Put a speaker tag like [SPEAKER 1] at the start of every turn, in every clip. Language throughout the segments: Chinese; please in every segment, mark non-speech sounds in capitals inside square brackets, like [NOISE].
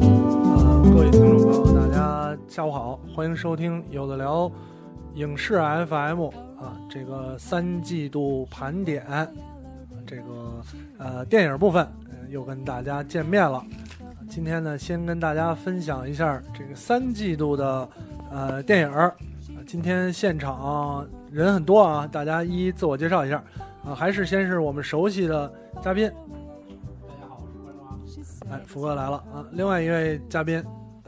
[SPEAKER 1] 啊，各位听众朋友，大家下午好，欢迎收听有的聊影视 FM 啊，这个三季度盘点，这个呃电影部分、呃又跟大家见面了。今天呢，先跟大家分享一下这个三季度的呃电影儿。啊今天现场人很多啊，大家一一自我介绍一下啊，还是先是我们熟悉的嘉宾。哎，福哥来了啊！另外一位嘉宾，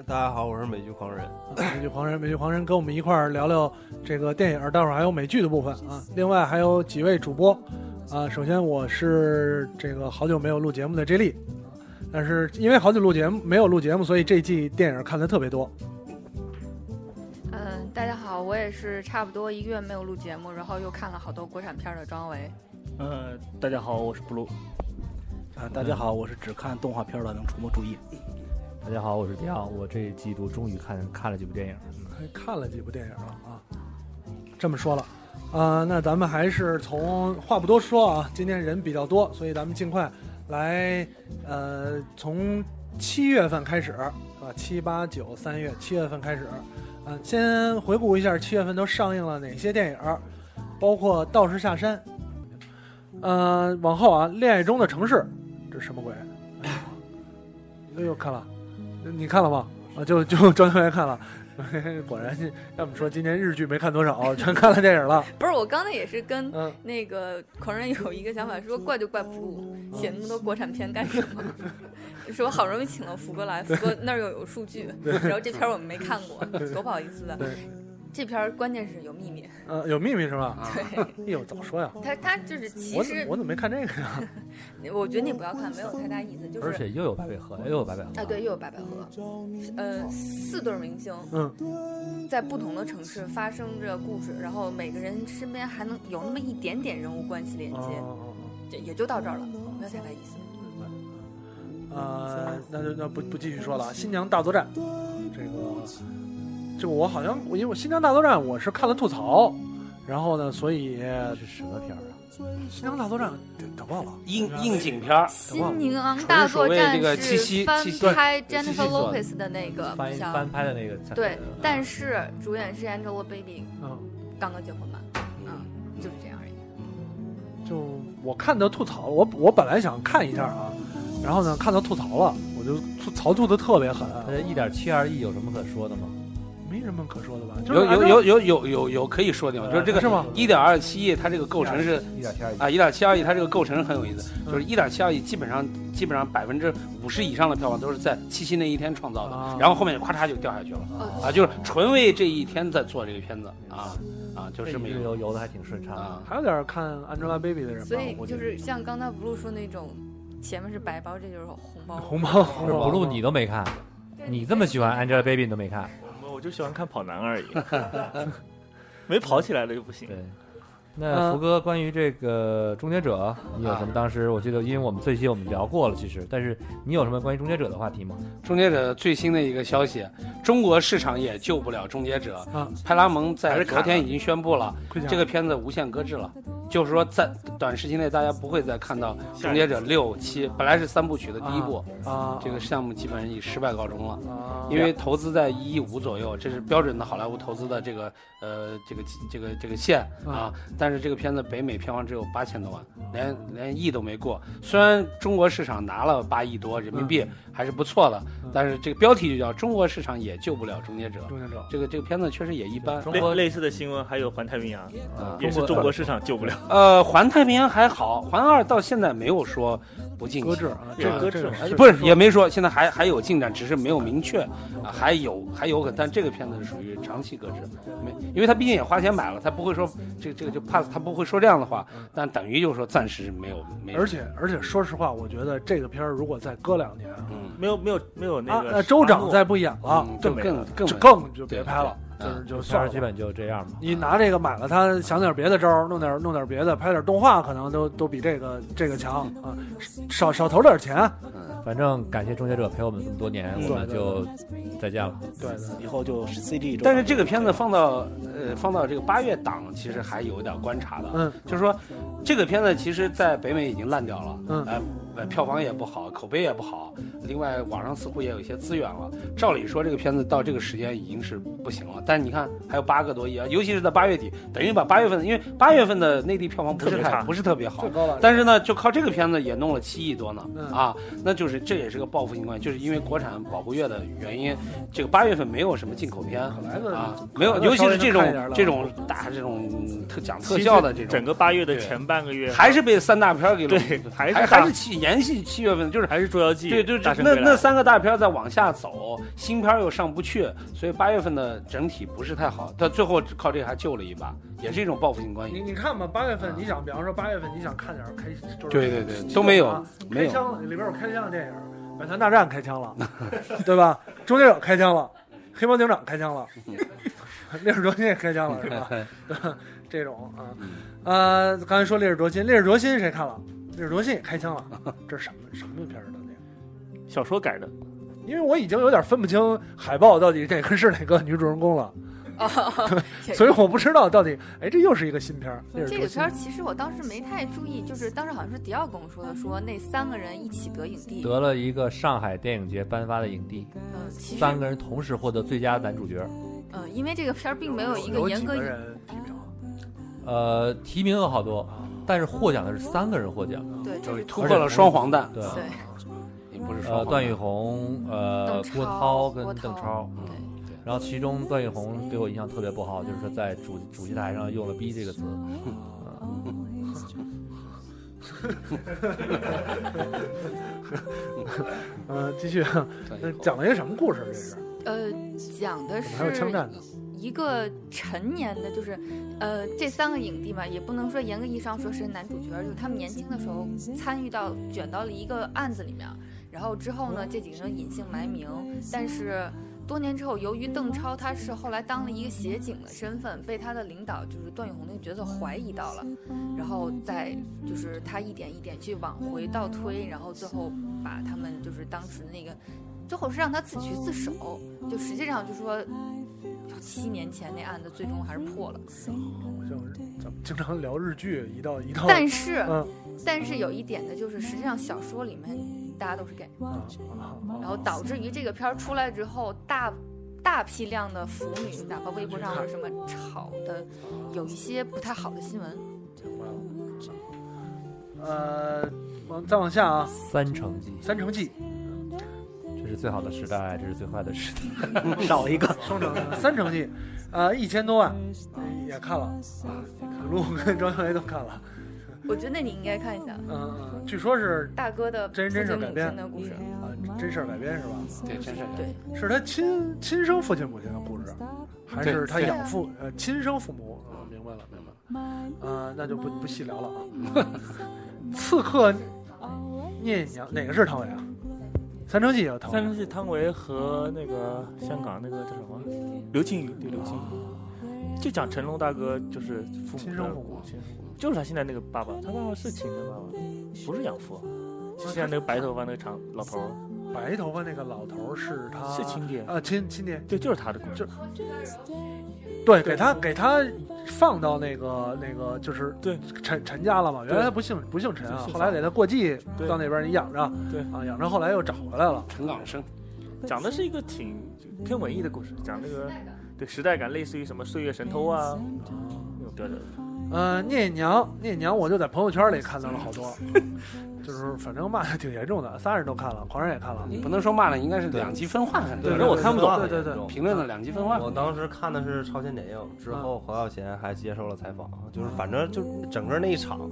[SPEAKER 2] 大家好，我是美剧狂人。
[SPEAKER 1] 啊美剧狂人，美剧狂人跟我们一块儿聊聊这个电影，待会儿还有美剧的部分啊。另外还有几位主播啊，首先我是这个好久没有录节目的 J 莉，啊但是因为好久录节目没有录节目，所以这季电影看的特别多。
[SPEAKER 3] 嗯，大家好，我也是差不多一个月没有录节目，然后又看了好多国产片儿的庄维。
[SPEAKER 4] 呃，大家好，我是布鲁。
[SPEAKER 5] 啊，大家好，我是只看动画片的，能触摸注意。
[SPEAKER 6] 大家好，我是迪昂，我这一季度终于看看了几部电影。
[SPEAKER 1] 还看了几部电影了啊。这么说了，啊、那咱们还是从话不多说啊，今天人比较多，所以咱们尽快来，呃，从七月份开始，是吧？七八九三月，七月份开始，啊、先回顾一下七月份都上映了哪些电影儿，包括《道士下山》，呃，往后啊，《恋爱中的城市》，这是什么鬼？哎呦，看了，你看了吗？啊，就就专门来看了。 [LAUGHS] 果然，要么说今年日剧没看多少，全看了电影
[SPEAKER 3] [LAUGHS]
[SPEAKER 1] 了。
[SPEAKER 3] 不是，我刚才也是跟
[SPEAKER 1] 嗯，
[SPEAKER 3] 那个狂人有一个想法，说怪就怪不录，写那么多国产片干什
[SPEAKER 7] [LAUGHS]
[SPEAKER 3] 么？说好容易请了福哥来，福哥那儿又有数据，然后这片儿我们没看过，多不好意思的
[SPEAKER 1] 对。
[SPEAKER 3] 这片儿关键是有秘密，
[SPEAKER 1] 呃，有秘密是吧？
[SPEAKER 3] 对
[SPEAKER 1] 哎呦，怎么说呀？
[SPEAKER 3] 他他就是其
[SPEAKER 1] 我怎么
[SPEAKER 3] 实
[SPEAKER 1] 我怎么没看这个呀？
[SPEAKER 3] 我觉得你不要看，没有太大意思，就
[SPEAKER 6] 而
[SPEAKER 3] 是
[SPEAKER 6] 且又有白百合，又有白百合。
[SPEAKER 3] 啊对，又有白百合，呃，四对儿明星，
[SPEAKER 1] 嗯，
[SPEAKER 3] 在不同的城市发生着故事，然后每个人身边还能有那么一点点人物关系连接，
[SPEAKER 1] 哦
[SPEAKER 3] 这也就到这儿了，没有太大意思。
[SPEAKER 1] 哦哦呃，那就那不不继续说了。啊。新娘大作战，这个这个我好像我因为我新娘大作战我是看了吐槽，然后呢，所以
[SPEAKER 6] 这是什么片儿啊？
[SPEAKER 1] 新娘大作战得得忘了。
[SPEAKER 2] 应应景片儿，
[SPEAKER 3] 新宁昂大作战是翻拍 Jennifer
[SPEAKER 6] 做的
[SPEAKER 3] Lopez 的那个
[SPEAKER 6] 翻
[SPEAKER 3] 像
[SPEAKER 6] 翻拍的那个。
[SPEAKER 3] 对，但
[SPEAKER 6] 是
[SPEAKER 3] 是主演是 Angelababy，
[SPEAKER 1] 嗯，
[SPEAKER 3] 刚刚结婚吧，嗯，就是这样而已。
[SPEAKER 1] 就我看到吐槽了，我我本来想看一下啊，然后呢看到吐槽了，我就吐槽吐的特别狠，啊
[SPEAKER 6] 它这一点七二亿有什么可说的吗？
[SPEAKER 1] 没什么可说的吧？就是
[SPEAKER 2] 有有
[SPEAKER 1] 按照
[SPEAKER 2] 有有有有有可以说的吗？就是这个
[SPEAKER 1] 是吗
[SPEAKER 2] 一点二七亿，它这个构成是
[SPEAKER 6] 一点七二亿。
[SPEAKER 2] 啊，一点七二亿，它这个构成是很有意思。就是一点七二亿，基本上基本上百分之五十以上的票房都是在七夕那一天创造
[SPEAKER 1] 啊
[SPEAKER 2] 的，然后后面咔嚓就掉下去了
[SPEAKER 3] 哦，
[SPEAKER 2] 啊，就是纯为这一天在做这个片子啊啊，就
[SPEAKER 6] 这
[SPEAKER 2] 是
[SPEAKER 6] 一
[SPEAKER 2] 没
[SPEAKER 6] 日
[SPEAKER 2] 有
[SPEAKER 6] 游游的还挺顺畅
[SPEAKER 2] 啊
[SPEAKER 6] 的。
[SPEAKER 1] 还有点看 Angelababy 的人吧，
[SPEAKER 3] 所以
[SPEAKER 1] 我觉
[SPEAKER 3] 就
[SPEAKER 1] 得
[SPEAKER 3] 是像刚才 blue 说那种，前面是白包，这就是红包。
[SPEAKER 1] 红包
[SPEAKER 6] 不
[SPEAKER 1] 红
[SPEAKER 6] 是不
[SPEAKER 1] 包
[SPEAKER 6] 录你都没看，你这
[SPEAKER 3] [LAUGHS]
[SPEAKER 6] 么喜欢 Angelababy 你都没看？
[SPEAKER 4] 我我就喜欢看跑
[SPEAKER 2] [LAUGHS]
[SPEAKER 4] 男而已，没跑起来了就不
[SPEAKER 2] 嗯
[SPEAKER 4] 行。
[SPEAKER 6] 对。呃那福哥，关于这个《终结者》，你有什么？当时我记得，因为我们这期我们聊过了，其实，但是你有什么关于《终结者》的话题吗？
[SPEAKER 2] 终结者最新的一个消息，中国市场也救不了终结者
[SPEAKER 1] 啊。
[SPEAKER 2] 派拉蒙
[SPEAKER 4] 还
[SPEAKER 2] 在
[SPEAKER 4] 是砍
[SPEAKER 2] 昨天已经宣布了，
[SPEAKER 1] 亏钱
[SPEAKER 2] 这个片子无限搁置了就是说在短时期内大家不会再看到《终结者》六七，本来是三部曲的第一部，
[SPEAKER 1] 啊，
[SPEAKER 2] 这个项目基本上以失败告终了。
[SPEAKER 1] 啊，
[SPEAKER 2] 因为投资在一亿五左右，这是标准的好莱坞投资的这个呃这个这个这个线啊。但是这个片子北美票房只有八千多万，连连亿都没过。虽然中国市场拿了八亿多人民币，还是不错的，
[SPEAKER 1] 嗯
[SPEAKER 2] 但是这个标题就叫“中国市场也救不了终结者
[SPEAKER 1] 中间者”。
[SPEAKER 2] 这个这个片子确实也一般。
[SPEAKER 6] 中国
[SPEAKER 4] 类类似的新闻还有环太平洋，
[SPEAKER 6] 啊
[SPEAKER 4] 也是中国市场救不了。
[SPEAKER 2] 呃，环太平洋还好，环二到现在没有说不进
[SPEAKER 1] 搁
[SPEAKER 2] 去
[SPEAKER 1] 置。啊，
[SPEAKER 4] 也
[SPEAKER 1] 这个
[SPEAKER 4] 搁
[SPEAKER 1] 这
[SPEAKER 4] 置
[SPEAKER 1] 个
[SPEAKER 4] 了
[SPEAKER 2] 哎
[SPEAKER 1] 是
[SPEAKER 2] 不是，也没说，现在还还有进展，只是没有明确，啊、还有还有可，但这个片子是属于长期搁置，没，因为他毕竟也花钱买了，他不会说这个这个就 pass，他不会说这样的话，但等于就是说暂时没有没有，
[SPEAKER 1] 而且而且说实话，我觉得这个片儿如果再搁两年，啊，
[SPEAKER 2] 嗯，
[SPEAKER 4] 没有没有没有那个
[SPEAKER 1] 呃，州
[SPEAKER 4] 沙
[SPEAKER 1] 长
[SPEAKER 4] 漠
[SPEAKER 1] 再不演了，
[SPEAKER 2] 嗯
[SPEAKER 4] 更
[SPEAKER 2] 就
[SPEAKER 4] 没
[SPEAKER 2] 更
[SPEAKER 4] 了
[SPEAKER 2] 更
[SPEAKER 1] 就
[SPEAKER 2] 没
[SPEAKER 1] 更就别
[SPEAKER 2] 对
[SPEAKER 1] 拍了，就
[SPEAKER 2] 对啊
[SPEAKER 1] 是就
[SPEAKER 6] 片
[SPEAKER 1] 算
[SPEAKER 6] 儿
[SPEAKER 1] 了
[SPEAKER 6] 基
[SPEAKER 1] 吧。
[SPEAKER 6] 本就这样吧。
[SPEAKER 1] 你拿这个买了它，想点别的招儿，弄点弄点别的，拍点动画，可能都都比这个这个强啊，少少投点钱，
[SPEAKER 6] 反正感谢终结者陪我们这么多年，
[SPEAKER 1] 嗯
[SPEAKER 6] 我们就再见了。
[SPEAKER 1] 对对。
[SPEAKER 5] 以后就 CG。
[SPEAKER 2] 但是这个片子放到呃放到这个八月档，其实还有一点观察的，
[SPEAKER 1] 嗯，
[SPEAKER 2] 就是说这个片子其实在北美已经烂掉了，
[SPEAKER 1] 嗯
[SPEAKER 2] 呃，呃票房也不好，口碑也不好，另外网上似乎也有一些资源了。照理说这个片子到这个时间已经是不行了，但是你看还有八个多亿啊，尤其是在八月底，等于把八月份，因为八月份的内地票房不
[SPEAKER 4] 特
[SPEAKER 2] 是
[SPEAKER 4] 别
[SPEAKER 2] 太
[SPEAKER 4] 差
[SPEAKER 2] 不是特别好
[SPEAKER 1] 最，高了。
[SPEAKER 2] 但是呢，就靠这个片子也弄了七亿多呢，
[SPEAKER 1] 嗯
[SPEAKER 2] 啊，那就是这也是个报复性关，就是因为国产保护月的原因，这个八月份没有什么进口片
[SPEAKER 1] 可来个
[SPEAKER 2] 啊，没有，
[SPEAKER 1] 嗯可
[SPEAKER 2] 尤其是这
[SPEAKER 1] 稍微能看一点
[SPEAKER 2] 种
[SPEAKER 1] 了
[SPEAKER 2] 这种大这种特讲特效的这
[SPEAKER 4] 整
[SPEAKER 2] 种，
[SPEAKER 4] 个八月的
[SPEAKER 2] 对
[SPEAKER 4] 前半个月
[SPEAKER 2] 还是被三大片儿给
[SPEAKER 4] 对，还
[SPEAKER 2] 还
[SPEAKER 4] 是
[SPEAKER 2] 还
[SPEAKER 4] 大
[SPEAKER 2] 是七延续七月份，就是
[SPEAKER 4] 还是捉妖记，
[SPEAKER 2] 对对
[SPEAKER 4] 大
[SPEAKER 2] 对，
[SPEAKER 4] 圣
[SPEAKER 2] 那
[SPEAKER 4] 归来
[SPEAKER 2] 那三个大片儿在往下走，新片儿又上不去，所以八月份的整体不是太好，但最后靠这个还救了一把，也是一种报复性关
[SPEAKER 1] 你
[SPEAKER 2] 系。
[SPEAKER 1] 你看吧，八月份你想，比方说八月份你想看点儿开，就是
[SPEAKER 2] 对对对都没有
[SPEAKER 1] 啊
[SPEAKER 2] 没有
[SPEAKER 1] 开枪了，里边有开枪的电影，《百团大战》开枪了， [LAUGHS] 对吧？终结者开枪了，黑帮警长开枪了， [LAUGHS] 烈日灼心也开枪了，是吧？这种啊，
[SPEAKER 2] 嗯
[SPEAKER 1] 呃，刚才说烈日灼心，烈日灼心谁看了？烈日灼心也开枪了，这是什么什么片儿的那个？
[SPEAKER 4] 小说改的，
[SPEAKER 1] 因为我已经有点分不清海报到底这个是哪个女主人公了，
[SPEAKER 3] 哦，
[SPEAKER 1] 所以我不知道到底，哎，这又是一个新片儿。烈日
[SPEAKER 3] 这
[SPEAKER 1] 灼
[SPEAKER 3] 个
[SPEAKER 1] 心
[SPEAKER 3] 片儿其实我当时没太注意，就是当时好像是迪奥跟我说的，说那三个人一起得影帝，
[SPEAKER 6] 得了一个上海电影节颁发的影帝，
[SPEAKER 3] 嗯，其实
[SPEAKER 6] 三个人同时获得最佳男主角。
[SPEAKER 3] 嗯，因为这个片儿并没有一个
[SPEAKER 1] 有
[SPEAKER 3] 严
[SPEAKER 1] 几
[SPEAKER 3] 格
[SPEAKER 1] 个人提名
[SPEAKER 6] 呃，提名有好多，但是获奖的是三个人获奖。
[SPEAKER 3] 对，这
[SPEAKER 2] 就是是突破了双黄蛋，
[SPEAKER 6] 对，
[SPEAKER 3] 对
[SPEAKER 2] 也不是双
[SPEAKER 6] 呃，
[SPEAKER 2] 黄蛋。
[SPEAKER 6] 段奕宏、呃
[SPEAKER 3] 邓超
[SPEAKER 6] 郭涛
[SPEAKER 3] 郭
[SPEAKER 6] 跟
[SPEAKER 3] 涛
[SPEAKER 6] 邓超。嗯
[SPEAKER 3] 对
[SPEAKER 6] 然后其中段奕宏给我印象特别不好，就是在主主席台上用了“逼”这个词。
[SPEAKER 1] 呃，继续，
[SPEAKER 2] 段
[SPEAKER 1] 呃
[SPEAKER 2] 奕宏
[SPEAKER 1] [LAUGHS] 讲了一个什么故事？这是
[SPEAKER 3] 呃，讲的
[SPEAKER 1] 怎
[SPEAKER 3] 是
[SPEAKER 1] 么还有枪战呢
[SPEAKER 3] 一个成年的，就是，呃，这三个影帝嘛，也不能说严格意义上说是男主角，就是他们年轻的时候参与到卷到了一个案子里面，然后之后呢，这几个人隐姓埋名，但是多年之后，由于邓超他是后来当了一个协警的身份，被他的领导就是段奕宏那个角色怀疑到了，然后再就是他一点一点去往回倒推，然后最后把他们就是当时那个，最后是让他自己去自首，就实际上就说。七年前那案子最终还是破了，
[SPEAKER 1] 好像是咱们经常聊日剧，一到一到
[SPEAKER 3] 但是
[SPEAKER 1] 嗯
[SPEAKER 3] 但是有一点呢，就是实际上小说里面大家都是 gay，
[SPEAKER 1] 啊啊啊
[SPEAKER 3] 然后导致于这个片儿出来之后，大大批量的腐女，哪怕微博上啊有什么炒的，有一些不太好的新闻。
[SPEAKER 1] 明白了。嗯呃，往再往下啊，
[SPEAKER 6] 三成记，
[SPEAKER 1] 三成记，
[SPEAKER 6] 这是最好的时代，这是最坏的时代。
[SPEAKER 5] 少一个，
[SPEAKER 1] 双
[SPEAKER 3] [LAUGHS]
[SPEAKER 1] 成记三成记，呃，一千多万呃也看了，啊，陆跟张小雷都看了，
[SPEAKER 3] 我觉得那你应该看一下
[SPEAKER 1] 嗯、嗯，据说是
[SPEAKER 3] 大哥的
[SPEAKER 1] 真人
[SPEAKER 3] 父
[SPEAKER 1] 真事
[SPEAKER 3] 亲
[SPEAKER 1] 改
[SPEAKER 3] 母
[SPEAKER 1] 编
[SPEAKER 3] 亲的故事。
[SPEAKER 1] 啊真事儿改编是吧？
[SPEAKER 2] 对，真是
[SPEAKER 3] 对，
[SPEAKER 1] 是他亲亲生父亲母亲的故事，还是
[SPEAKER 2] 对
[SPEAKER 1] 他
[SPEAKER 2] 对
[SPEAKER 1] 养父呃亲生父母？啊，明白了，明白了。呃，那就不不细聊了啊。 [LAUGHS] 刺客聂隐娘哪个是汤唯啊？三成记也有汤
[SPEAKER 4] 三生
[SPEAKER 1] 唯。
[SPEAKER 4] 记汤唯和那个香港那个叫什么刘青云，对刘青
[SPEAKER 2] 哦
[SPEAKER 4] 云，就讲成龙大哥就是父母的
[SPEAKER 1] 亲生父母
[SPEAKER 4] 亲生父母就是他现在那个爸啊爸，他爸爸是亲生爸爸，不是养父，是现在那个白头发那个长老头儿，
[SPEAKER 1] 白头发那个老头儿是他
[SPEAKER 4] 是亲爹，
[SPEAKER 1] 啊亲亲爹，
[SPEAKER 4] 对，就是他的故事，
[SPEAKER 1] 对，给他给他放到那个那个就是
[SPEAKER 4] 对
[SPEAKER 1] 陈陈家了嘛，原来他不姓不姓陈啊，后来给他过继
[SPEAKER 4] 对
[SPEAKER 1] 到那边儿你养着，
[SPEAKER 4] 对
[SPEAKER 1] 啊养着，后来又找回来了，
[SPEAKER 2] 陈港生，
[SPEAKER 4] 讲的是一个挺偏文艺的故事，讲那个对嗯时代感，类似于什么《岁月神偷》啊
[SPEAKER 1] 哦
[SPEAKER 4] 那种标准。
[SPEAKER 1] 呃聂隐娘聂隐娘我就在朋友圈里看到了好多，就是反正骂的挺严重的，仨人都看了，狂人也看了，
[SPEAKER 4] 嗯
[SPEAKER 2] 你不能说骂了，应该是两极分化很
[SPEAKER 1] 嗯对
[SPEAKER 8] 反
[SPEAKER 2] 多人
[SPEAKER 8] 正我看不懂。
[SPEAKER 1] 对对对
[SPEAKER 2] 评论的两极分化。
[SPEAKER 8] [LAUGHS] 我当时看的是《超前点映》，之后黄晓贤还接受了采访，就是反正就整个那一场，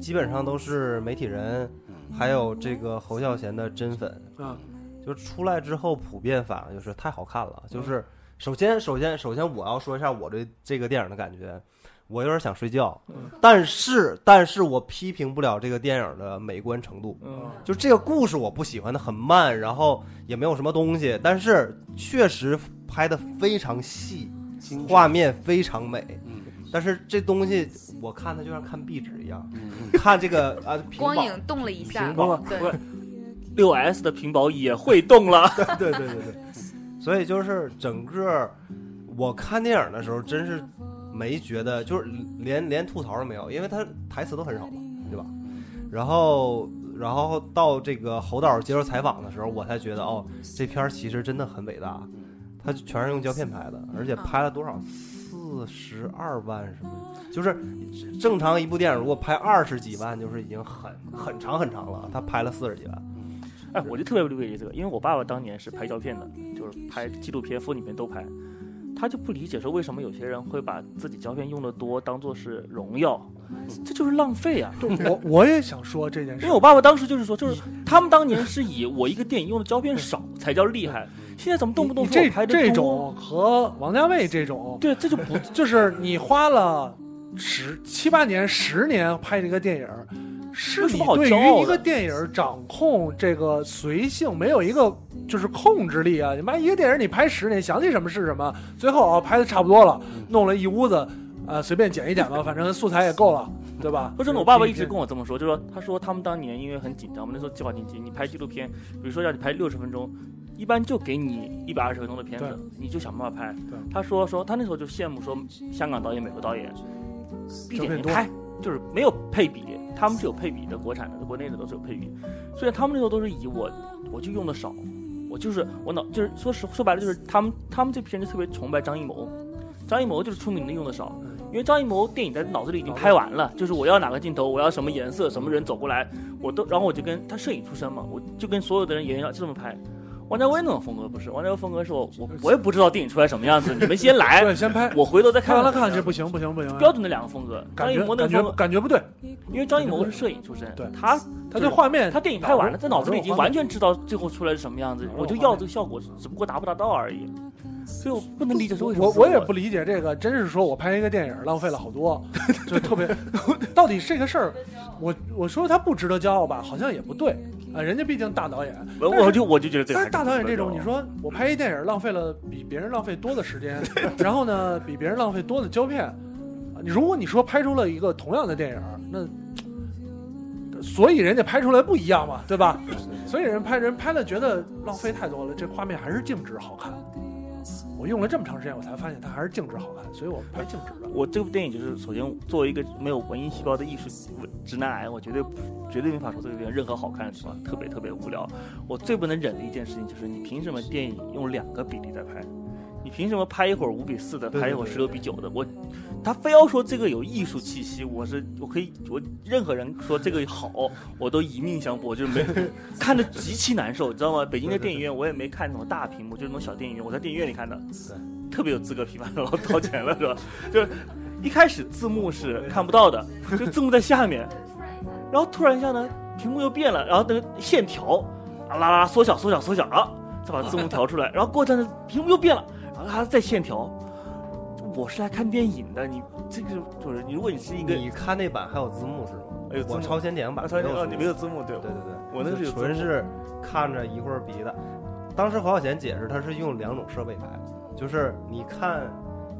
[SPEAKER 8] 基本上都是媒体人，还有这个侯孝贤的真粉。
[SPEAKER 1] 嗯，
[SPEAKER 8] 就是出来之后普遍反应就是太好看了，就是首先首先首先我要说一下我对这个电影的感觉。我有点想睡觉，但是但是我批评不了这个电影的美观程度，
[SPEAKER 4] 嗯，
[SPEAKER 8] 就这个故事我不喜欢的很慢，然后也没有什么东西，但是确实拍的非常细，
[SPEAKER 2] 精致
[SPEAKER 8] 画面非常美。
[SPEAKER 2] 嗯
[SPEAKER 8] 但是这东西我看它就像看壁纸一
[SPEAKER 4] [LAUGHS]
[SPEAKER 8] 样，
[SPEAKER 2] 嗯嗯
[SPEAKER 8] 看这个啊屏
[SPEAKER 3] 光
[SPEAKER 8] 保，
[SPEAKER 3] 影动了一下，
[SPEAKER 8] 屏保
[SPEAKER 3] 对，
[SPEAKER 4] 六 S 的屏保也会动了， [LAUGHS]
[SPEAKER 8] 对对对对对。所以就是整个我看电影的时候，真是没觉得，就是连连吐槽都没有，因为他台词都很少嘛，对吧？然后然后到这个侯导接受采访的时候，我才觉得哦，这片儿其实真的很伟大，他全是用胶片拍的，而且拍了多少？四十二万什么？就是正常一部电影，如果拍二十几万，就是已经很很长很长了。他拍了四十几万，
[SPEAKER 4] 哎，我就特别不理解这个，因为我爸爸当年是拍胶片的，就是拍纪录片、风里面都拍，他就不理解说为什么有些人会把自己胶片用的多当做是荣耀，嗯这就是浪费啊！
[SPEAKER 1] 对，嗯我我也想说这件
[SPEAKER 4] 因
[SPEAKER 1] 事
[SPEAKER 4] 为，我爸爸当时就是说，就是他们当年是以我一个电影用的胶片少才叫厉害，现在怎么动不动
[SPEAKER 1] 嗯你
[SPEAKER 4] 说我
[SPEAKER 1] 这
[SPEAKER 4] 拍的
[SPEAKER 1] 这
[SPEAKER 4] 多
[SPEAKER 1] 种和王家卫这种，
[SPEAKER 4] 对，
[SPEAKER 1] [LAUGHS]
[SPEAKER 4] 这就不
[SPEAKER 1] 就是你花了十七八年、十年拍这个电影儿，是
[SPEAKER 4] 有什
[SPEAKER 1] 你
[SPEAKER 4] 么好
[SPEAKER 1] 对
[SPEAKER 4] 骄傲
[SPEAKER 1] 于
[SPEAKER 4] 的
[SPEAKER 1] 一个电影儿掌控这个随性没有一个就是控制力啊！你妈一个电影儿你拍十年，想起什么是什么，最后啊拍的差不多了，
[SPEAKER 4] 嗯
[SPEAKER 1] 弄了一屋子，呃，随便剪一
[SPEAKER 4] [LAUGHS]
[SPEAKER 1] 剪吧，反正素材也够了，对吧？
[SPEAKER 4] 不是，我爸爸一直跟我这么说，就说他说他们当年因为很紧张，我们那时候计划经济，你拍纪录片，比如说让你拍六十分钟，一般就给你一百二十分钟的片
[SPEAKER 1] 对
[SPEAKER 4] 子，你就想办法拍
[SPEAKER 1] 对。
[SPEAKER 4] 他说说他那时候就羡慕说香港导演、美国导演，闭着眼睛拍，就是没有配比，他们是有配比的，国产的、国内的都是有配比，所以他们那时候都是以我我就用的少，我就是我脑就是说实说白了就是他们他们这批人就特别崇拜张艺谋，张艺谋就是出名的用的少，因为张艺谋电影在脑子里已经拍完了，就是我要哪个镜头，我要什么颜色，什么人走过来，我都然后我就跟他摄影出身嘛，我就跟所有的人演员这么拍。王家卫那种风格不是，王家卫风格是我我我也不知道电影出来什么样子，你们先来，
[SPEAKER 1] 对，先拍，
[SPEAKER 4] 我回头再
[SPEAKER 1] 拍
[SPEAKER 4] 看
[SPEAKER 1] 完了看这不行不行不行，
[SPEAKER 4] 标准的两个风格。张
[SPEAKER 1] 感
[SPEAKER 4] 艺
[SPEAKER 1] 觉
[SPEAKER 4] 谋那
[SPEAKER 1] 感
[SPEAKER 4] 个风
[SPEAKER 1] 觉
[SPEAKER 4] 格，
[SPEAKER 1] 感觉不对，
[SPEAKER 4] 因为张艺谋是摄影出身，
[SPEAKER 1] 对
[SPEAKER 4] 他
[SPEAKER 1] 他
[SPEAKER 4] 就
[SPEAKER 1] 对
[SPEAKER 4] 是
[SPEAKER 1] 画面
[SPEAKER 4] 他电影拍完了，在脑子里已经完
[SPEAKER 1] 全
[SPEAKER 4] 全知道最后出来是什么样子
[SPEAKER 1] 脑，中
[SPEAKER 4] 我就要这个效果，只不过达不达到而已。所以我不能理解是为什么
[SPEAKER 1] 我我也不理解这个，真是说我拍一个电影浪费了好多，
[SPEAKER 4] [LAUGHS]
[SPEAKER 1] 就特别，到底这个事儿，我我说他不值得骄傲吧，好像也不对啊、人家毕竟大导演，
[SPEAKER 4] 我我就我就觉得这啊个
[SPEAKER 1] 但
[SPEAKER 4] 还
[SPEAKER 1] 是大导
[SPEAKER 4] 是
[SPEAKER 1] 演这种，
[SPEAKER 4] 不
[SPEAKER 1] 你
[SPEAKER 4] 知道
[SPEAKER 1] 说我拍一电影浪费了比别人浪费多的时
[SPEAKER 4] [LAUGHS]
[SPEAKER 1] 间，然后呢比别人浪费多的胶片，啊你如果你说拍出了一个同样的电影，那所以人家拍出来不一样嘛，对吧？所以人拍人拍了觉得浪费太多了，这画面还是静止好看。我用了这么长时间，我才发现它还是静止好看，所以我拍静止的。 [LAUGHS]
[SPEAKER 4] 我这部电影就是首先作为一个没有文艺细胞的艺术直男癌，我绝对不绝对没法说这个电影任何好看的地方，特别特别无聊。我最不能忍的一件事情就是你凭什么电影用两个比例在拍？你凭什么拍一会儿五比四的，
[SPEAKER 8] 对对
[SPEAKER 4] 拍一会儿
[SPEAKER 8] 对
[SPEAKER 4] 十六比九的？我他非要说这个有艺术气息，我是我可以我任何人说这个好，我都以命相搏，就是没
[SPEAKER 8] [LAUGHS]
[SPEAKER 4] 看的极其难受，你知道吗？北京的电影院我也没看那种大屏幕，就是那种小电影院，我在电影院里看的，特别有资格批判老掏钱了是吧？就是一开始字幕是看不到的，就字幕在下面，然后突然一下呢，屏幕又变了，然后那个线条啊啦啦啦缩小缩小缩小啊，再把字幕调出来，然后过一阵子屏幕又变了，然后它再线条。我是来看电影的，你这个就是你，如果你是一个
[SPEAKER 8] 你看那版还有字幕是吗？
[SPEAKER 4] 哎有字幕
[SPEAKER 8] 我超前点映版
[SPEAKER 4] 啊，超级
[SPEAKER 8] 没有字
[SPEAKER 4] 哦，
[SPEAKER 8] 幕
[SPEAKER 4] 你没有字幕对吧？
[SPEAKER 8] 对对对，
[SPEAKER 4] 我那是
[SPEAKER 8] 就
[SPEAKER 4] 有字幕
[SPEAKER 8] 纯是看着一会儿鼻的。当时黄晓贤解释，他是用两种设备拍的，就是你看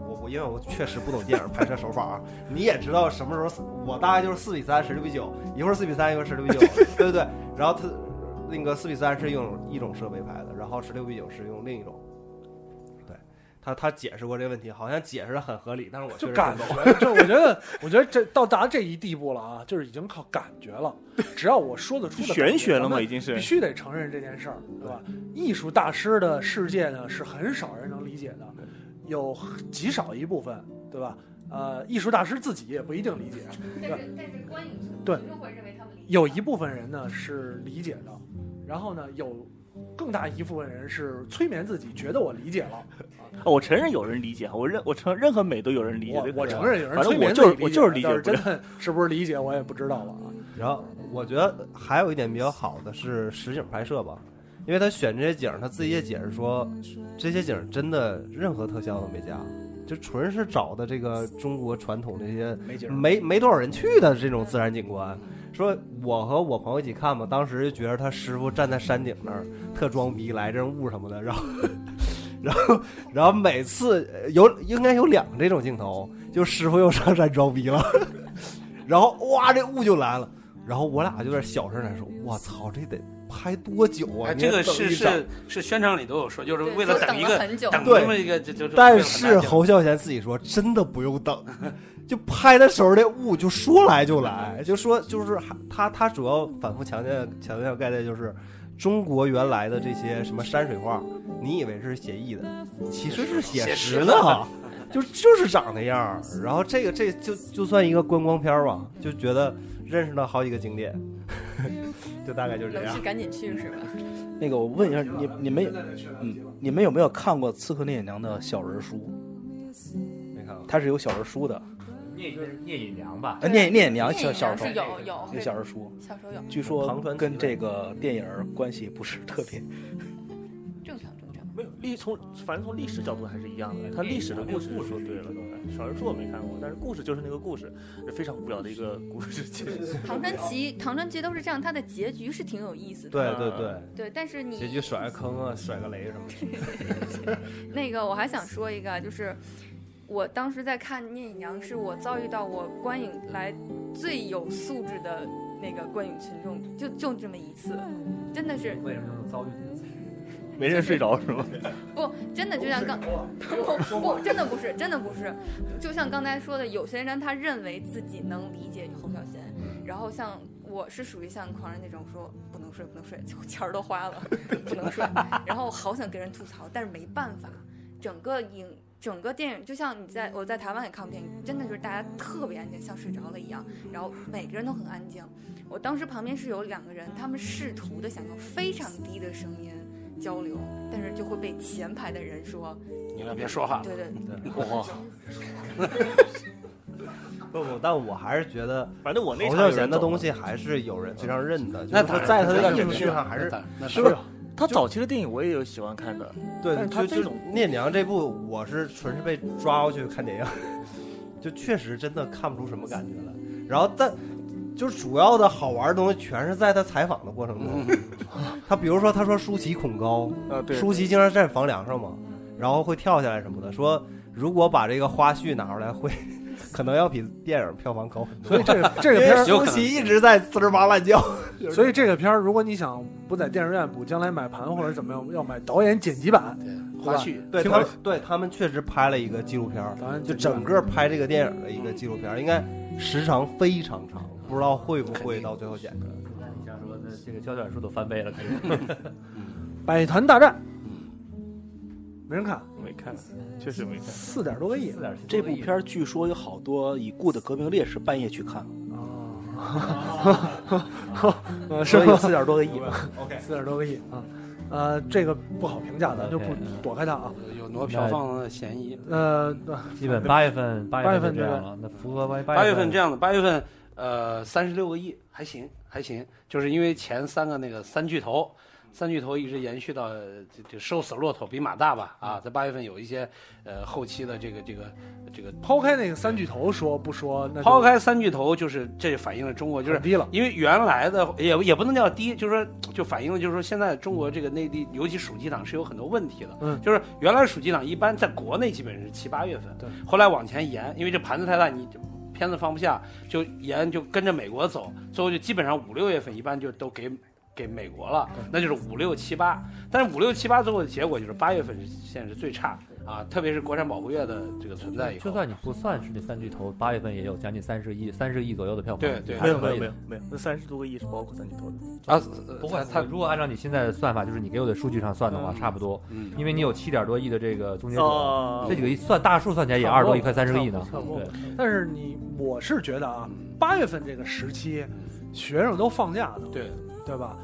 [SPEAKER 8] 我我因为我确实不懂电影拍摄手法啊，你也知道什么时候四我大概就是四比三十六比九，一会儿四比三一会儿十六比九，对不对？然后他
[SPEAKER 6] 那个四比三是用一种设备拍的，然后十六比九是用另一种。对，他他解释过这个问题，好像解释的很合理，但是我确
[SPEAKER 1] 就
[SPEAKER 6] 实
[SPEAKER 1] 感
[SPEAKER 6] 不懂
[SPEAKER 1] 觉，就我觉得，我觉得这到达这一地步了啊，就是已经靠感觉了。只要我说得出的感觉，
[SPEAKER 4] 玄学了吗
[SPEAKER 1] 咱们
[SPEAKER 4] 已经是
[SPEAKER 1] 必须得承认这件事儿，对吧？艺术大师的世界呢，是很少人能理解的，有很极少一部分，对吧？呃，艺术大师自己也不一定理解，对吧？
[SPEAKER 3] 但是观影
[SPEAKER 1] 对
[SPEAKER 3] 众会认为他们
[SPEAKER 1] 有一部分人呢是理解的，然后呢有更大一部分人是催眠自己，觉得我理解了。
[SPEAKER 4] 啊我承认有人理解，我认我承认任何美都有人理解
[SPEAKER 1] 我
[SPEAKER 4] 这个。
[SPEAKER 1] 我承认有人
[SPEAKER 4] 反
[SPEAKER 1] 催
[SPEAKER 4] 正
[SPEAKER 1] 眠自
[SPEAKER 4] 我
[SPEAKER 1] 己
[SPEAKER 4] 就
[SPEAKER 1] 理
[SPEAKER 4] 是我就是
[SPEAKER 1] 但是
[SPEAKER 4] 理解不
[SPEAKER 1] 真
[SPEAKER 4] 了。
[SPEAKER 1] 的是不是理解我也不知道了啊。
[SPEAKER 6] 然后我觉得还有一点比较好的是实景拍摄吧，因为他选这些景儿，他自己也解释说，这些景儿真的任何特效都没加，就纯是找的这个中国传统这些
[SPEAKER 8] 没景儿
[SPEAKER 6] 没没多少人去的这种自然景观。说我和我朋友一起看吧，当时就觉得他师傅站在山顶那儿特装逼，来这雾什么的，然后。然后，然后每次呃有应该有两个这种镜头，就师傅又上山装逼了， [LAUGHS] 然后哇，这雾就来了，然后我俩就有点小声来说，我操，这得拍多久啊？
[SPEAKER 2] 哎，
[SPEAKER 6] 你
[SPEAKER 2] 这个
[SPEAKER 6] 得等
[SPEAKER 2] 是
[SPEAKER 6] 一整
[SPEAKER 2] 是是宣传里都有说，就是为了
[SPEAKER 3] 就等
[SPEAKER 2] 一
[SPEAKER 3] 了
[SPEAKER 2] 个
[SPEAKER 3] 很久
[SPEAKER 2] 等
[SPEAKER 6] 对
[SPEAKER 2] 这么一个，就就是为
[SPEAKER 6] 但
[SPEAKER 2] 了很
[SPEAKER 6] 是
[SPEAKER 2] 大劲
[SPEAKER 6] 侯孝贤自己说，真的不用等， [LAUGHS] 就拍的时候这雾就说来就来，就说就是还他他主要反复强调强调概念就是，中国原来的这些什么山水画，你以为是写意的，其实是写实的，就就是长那样儿。然后这个这就就算一个观光片儿吧，就觉得认识了好几个景点， [LAUGHS] 就大概就是这
[SPEAKER 3] 能
[SPEAKER 8] 啊
[SPEAKER 6] 样
[SPEAKER 3] 去。赶紧去是吧？
[SPEAKER 8] 那个我问一下，你你们有嗯你们有没有看过《刺客聂隐娘》的小人书？
[SPEAKER 6] 没看过，
[SPEAKER 8] 它是有小人书的。
[SPEAKER 9] 聂隐聂隐娘吧
[SPEAKER 8] 呃，聂聂隐娘
[SPEAKER 3] 聂
[SPEAKER 8] 小
[SPEAKER 3] 隐
[SPEAKER 8] 小
[SPEAKER 3] 娘
[SPEAKER 8] 时
[SPEAKER 3] 是
[SPEAKER 8] 候
[SPEAKER 3] 有有
[SPEAKER 8] 那小人书，
[SPEAKER 3] 小时候有
[SPEAKER 8] 据说跟这个电影儿关系不是特
[SPEAKER 6] [LAUGHS]
[SPEAKER 8] 别。
[SPEAKER 3] 正常正常。
[SPEAKER 4] 没有历从反正从历史角度还是一样的，它历史的故事说嗯对了。小人书我没看过，但是故事就是那个故事，非常无聊的一个故事。其实
[SPEAKER 3] 唐传奇，唐传奇都是这样，它的结局是挺有意思的。
[SPEAKER 4] [LAUGHS]
[SPEAKER 6] 对对对，
[SPEAKER 3] 对，但是你
[SPEAKER 6] 结局甩个坑啊，甩个雷什么的。
[SPEAKER 3] [LAUGHS] 那个我还想说一个，就是我当时在看《聂隐娘》，是我遭遇到我观影来最有素质的那个观影群众，就就这么一次，真的是
[SPEAKER 9] 为什么能遭遇这次？
[SPEAKER 4] 没人睡着是吗？
[SPEAKER 3] 不真的就像刚不不真的不是真的不是，就像刚才说的，有些人他认为自己能理解侯孝贤，然后像。我是属于像狂人那种说不能睡不能睡，就钱儿都花了不能睡，然后好想给人吐槽，但是没办法，整个影整个电影就像你在我在台湾也看过电影，真的就是大家特别安静，像睡着了一样，然后每个人都很安静。我当时旁边是有两个人，他们试图的想用非常低的声音交流，但是就会被前排的人说，
[SPEAKER 4] 啊
[SPEAKER 2] 你们别说话了
[SPEAKER 3] 对对，
[SPEAKER 4] 嗯
[SPEAKER 6] 不不，但我还是觉得。
[SPEAKER 4] 反正我那
[SPEAKER 6] 侯
[SPEAKER 4] 场
[SPEAKER 6] 孝
[SPEAKER 4] 有人
[SPEAKER 6] 贤的
[SPEAKER 4] 走了
[SPEAKER 6] 东西啊还是有人非常认的，
[SPEAKER 2] 那
[SPEAKER 6] 就是说
[SPEAKER 2] 当然
[SPEAKER 6] 在他
[SPEAKER 2] 那
[SPEAKER 6] 的
[SPEAKER 2] 当
[SPEAKER 6] 艺
[SPEAKER 2] 然
[SPEAKER 6] 术
[SPEAKER 2] 是
[SPEAKER 6] 区上还是
[SPEAKER 2] 那那
[SPEAKER 6] 是不是？
[SPEAKER 4] 他早期的电影我也有喜欢看的，但
[SPEAKER 6] 嗯对，
[SPEAKER 4] 是他
[SPEAKER 6] 就
[SPEAKER 4] 这
[SPEAKER 6] 就
[SPEAKER 4] 种
[SPEAKER 6] 聂娘这部，我是纯是被抓过去看电影， [LAUGHS] 就确实真的看不出什么感觉来。然后但就是主要的好玩的东西，全是在他采访的过程
[SPEAKER 2] 嗯
[SPEAKER 6] 中。他比如说，他说舒淇恐高，
[SPEAKER 4] 啊对，
[SPEAKER 6] 舒淇经常站房梁上嘛，然后会跳下来什么的。说如果把这个花絮拿出来，会可能要比电影票房高很多。
[SPEAKER 1] 所以这个这
[SPEAKER 6] 因
[SPEAKER 1] 个
[SPEAKER 6] 为
[SPEAKER 1] 片
[SPEAKER 4] [LAUGHS]
[SPEAKER 1] 儿，
[SPEAKER 6] 舒淇一直在滋儿哇乱
[SPEAKER 8] [LAUGHS]
[SPEAKER 6] 叫。
[SPEAKER 1] 所以这个片儿，如果你想不在电影院补，将来买盘或者怎么样，要买导演剪辑版，
[SPEAKER 2] 对
[SPEAKER 1] 吧
[SPEAKER 2] 花絮，
[SPEAKER 6] [LAUGHS] 对
[SPEAKER 1] 听
[SPEAKER 6] 他们
[SPEAKER 1] 说，
[SPEAKER 6] 对他们确实拍了一个纪录片儿，
[SPEAKER 1] 导演
[SPEAKER 6] 就
[SPEAKER 1] 剪辑版
[SPEAKER 6] 整个拍这个电影的
[SPEAKER 2] 嗯
[SPEAKER 6] 一个纪录片儿，应该时长非常长，不知道会不会到最后剪出来。
[SPEAKER 9] 那你想说，那这个胶卷数都翻倍了，可以。
[SPEAKER 1] 百团大战，
[SPEAKER 2] 嗯
[SPEAKER 1] 没人看，
[SPEAKER 4] 没看，确实没看。
[SPEAKER 1] 四点多个亿
[SPEAKER 9] 四点七
[SPEAKER 8] 这部片儿据说有好多已故的革命烈士半夜去看，
[SPEAKER 2] 哦
[SPEAKER 1] [LAUGHS] 呃，是
[SPEAKER 8] 所以有
[SPEAKER 1] 吧？
[SPEAKER 8] 四点多个
[SPEAKER 2] [LAUGHS]
[SPEAKER 8] 亿。
[SPEAKER 2] 哦
[SPEAKER 6] OK，
[SPEAKER 1] 四点多个亿啊，呃，这个不好评价，咱就不
[SPEAKER 9] OK，嗯
[SPEAKER 1] 躲开它啊。
[SPEAKER 2] 有挪票房的嫌疑。
[SPEAKER 1] 呃，
[SPEAKER 9] 基本八月份，八
[SPEAKER 1] 月
[SPEAKER 9] 月
[SPEAKER 1] 份
[SPEAKER 9] 份
[SPEAKER 1] 就
[SPEAKER 9] 就
[SPEAKER 1] 这
[SPEAKER 9] 这
[SPEAKER 1] 样
[SPEAKER 9] 样了。那福哥八
[SPEAKER 2] 八
[SPEAKER 9] 月
[SPEAKER 2] 月份这
[SPEAKER 9] 样，
[SPEAKER 2] 样的，八月份呃三十六个亿还行还行，就是因为前三个那个三巨头，三巨头一直延续到呃这这瘦死骆驼比马大吧啊，在八月份有一些呃后期的这个这个这个，
[SPEAKER 1] 抛开那个三巨头说不说，那就
[SPEAKER 2] 抛开三巨头就是这反映了中国就是
[SPEAKER 1] 很低了，
[SPEAKER 2] 因为原来的也也不能叫低，就是说就反映了，就是说现在中国这个内地，尤其暑期档是有很多问题的。
[SPEAKER 1] 嗯
[SPEAKER 2] 就是原来暑期档一般在国内基本是七八月份，
[SPEAKER 1] 对，
[SPEAKER 2] 后来往前延，因为这盘子太大，你片子放不下，就延就跟着美国走，最后就基本上五六月份一般就都给给美国了，那就是五六七八。但是五六七八最后的结果就是八月份是现在是最差啊，特别是国产保护月的这个存在以后
[SPEAKER 6] 就，算你不算是这三巨头，八月份也有将近三十亿、三十亿左右的票房。
[SPEAKER 2] 对对
[SPEAKER 6] 还
[SPEAKER 4] 没
[SPEAKER 6] 是
[SPEAKER 4] 有
[SPEAKER 6] 可
[SPEAKER 4] 没有
[SPEAKER 6] 以
[SPEAKER 4] 没
[SPEAKER 6] 的
[SPEAKER 4] 有没有，那三十多个亿是包括三巨头的
[SPEAKER 2] 啊
[SPEAKER 1] 呃
[SPEAKER 6] 不会，它如果按照你现在的算法，就是你给我的数据上算的话，差不多，
[SPEAKER 2] 嗯
[SPEAKER 6] 因为你有七点多亿的这个中间
[SPEAKER 1] 嗯哦
[SPEAKER 6] 者，这几个亿算大数算起来也二十多亿，快三十个亿呢。
[SPEAKER 1] 差不多
[SPEAKER 6] 对，
[SPEAKER 1] 但是你，我是觉得啊，
[SPEAKER 2] 嗯
[SPEAKER 1] 八月份这个时期，学生都放假了，
[SPEAKER 2] 对
[SPEAKER 1] 对吧？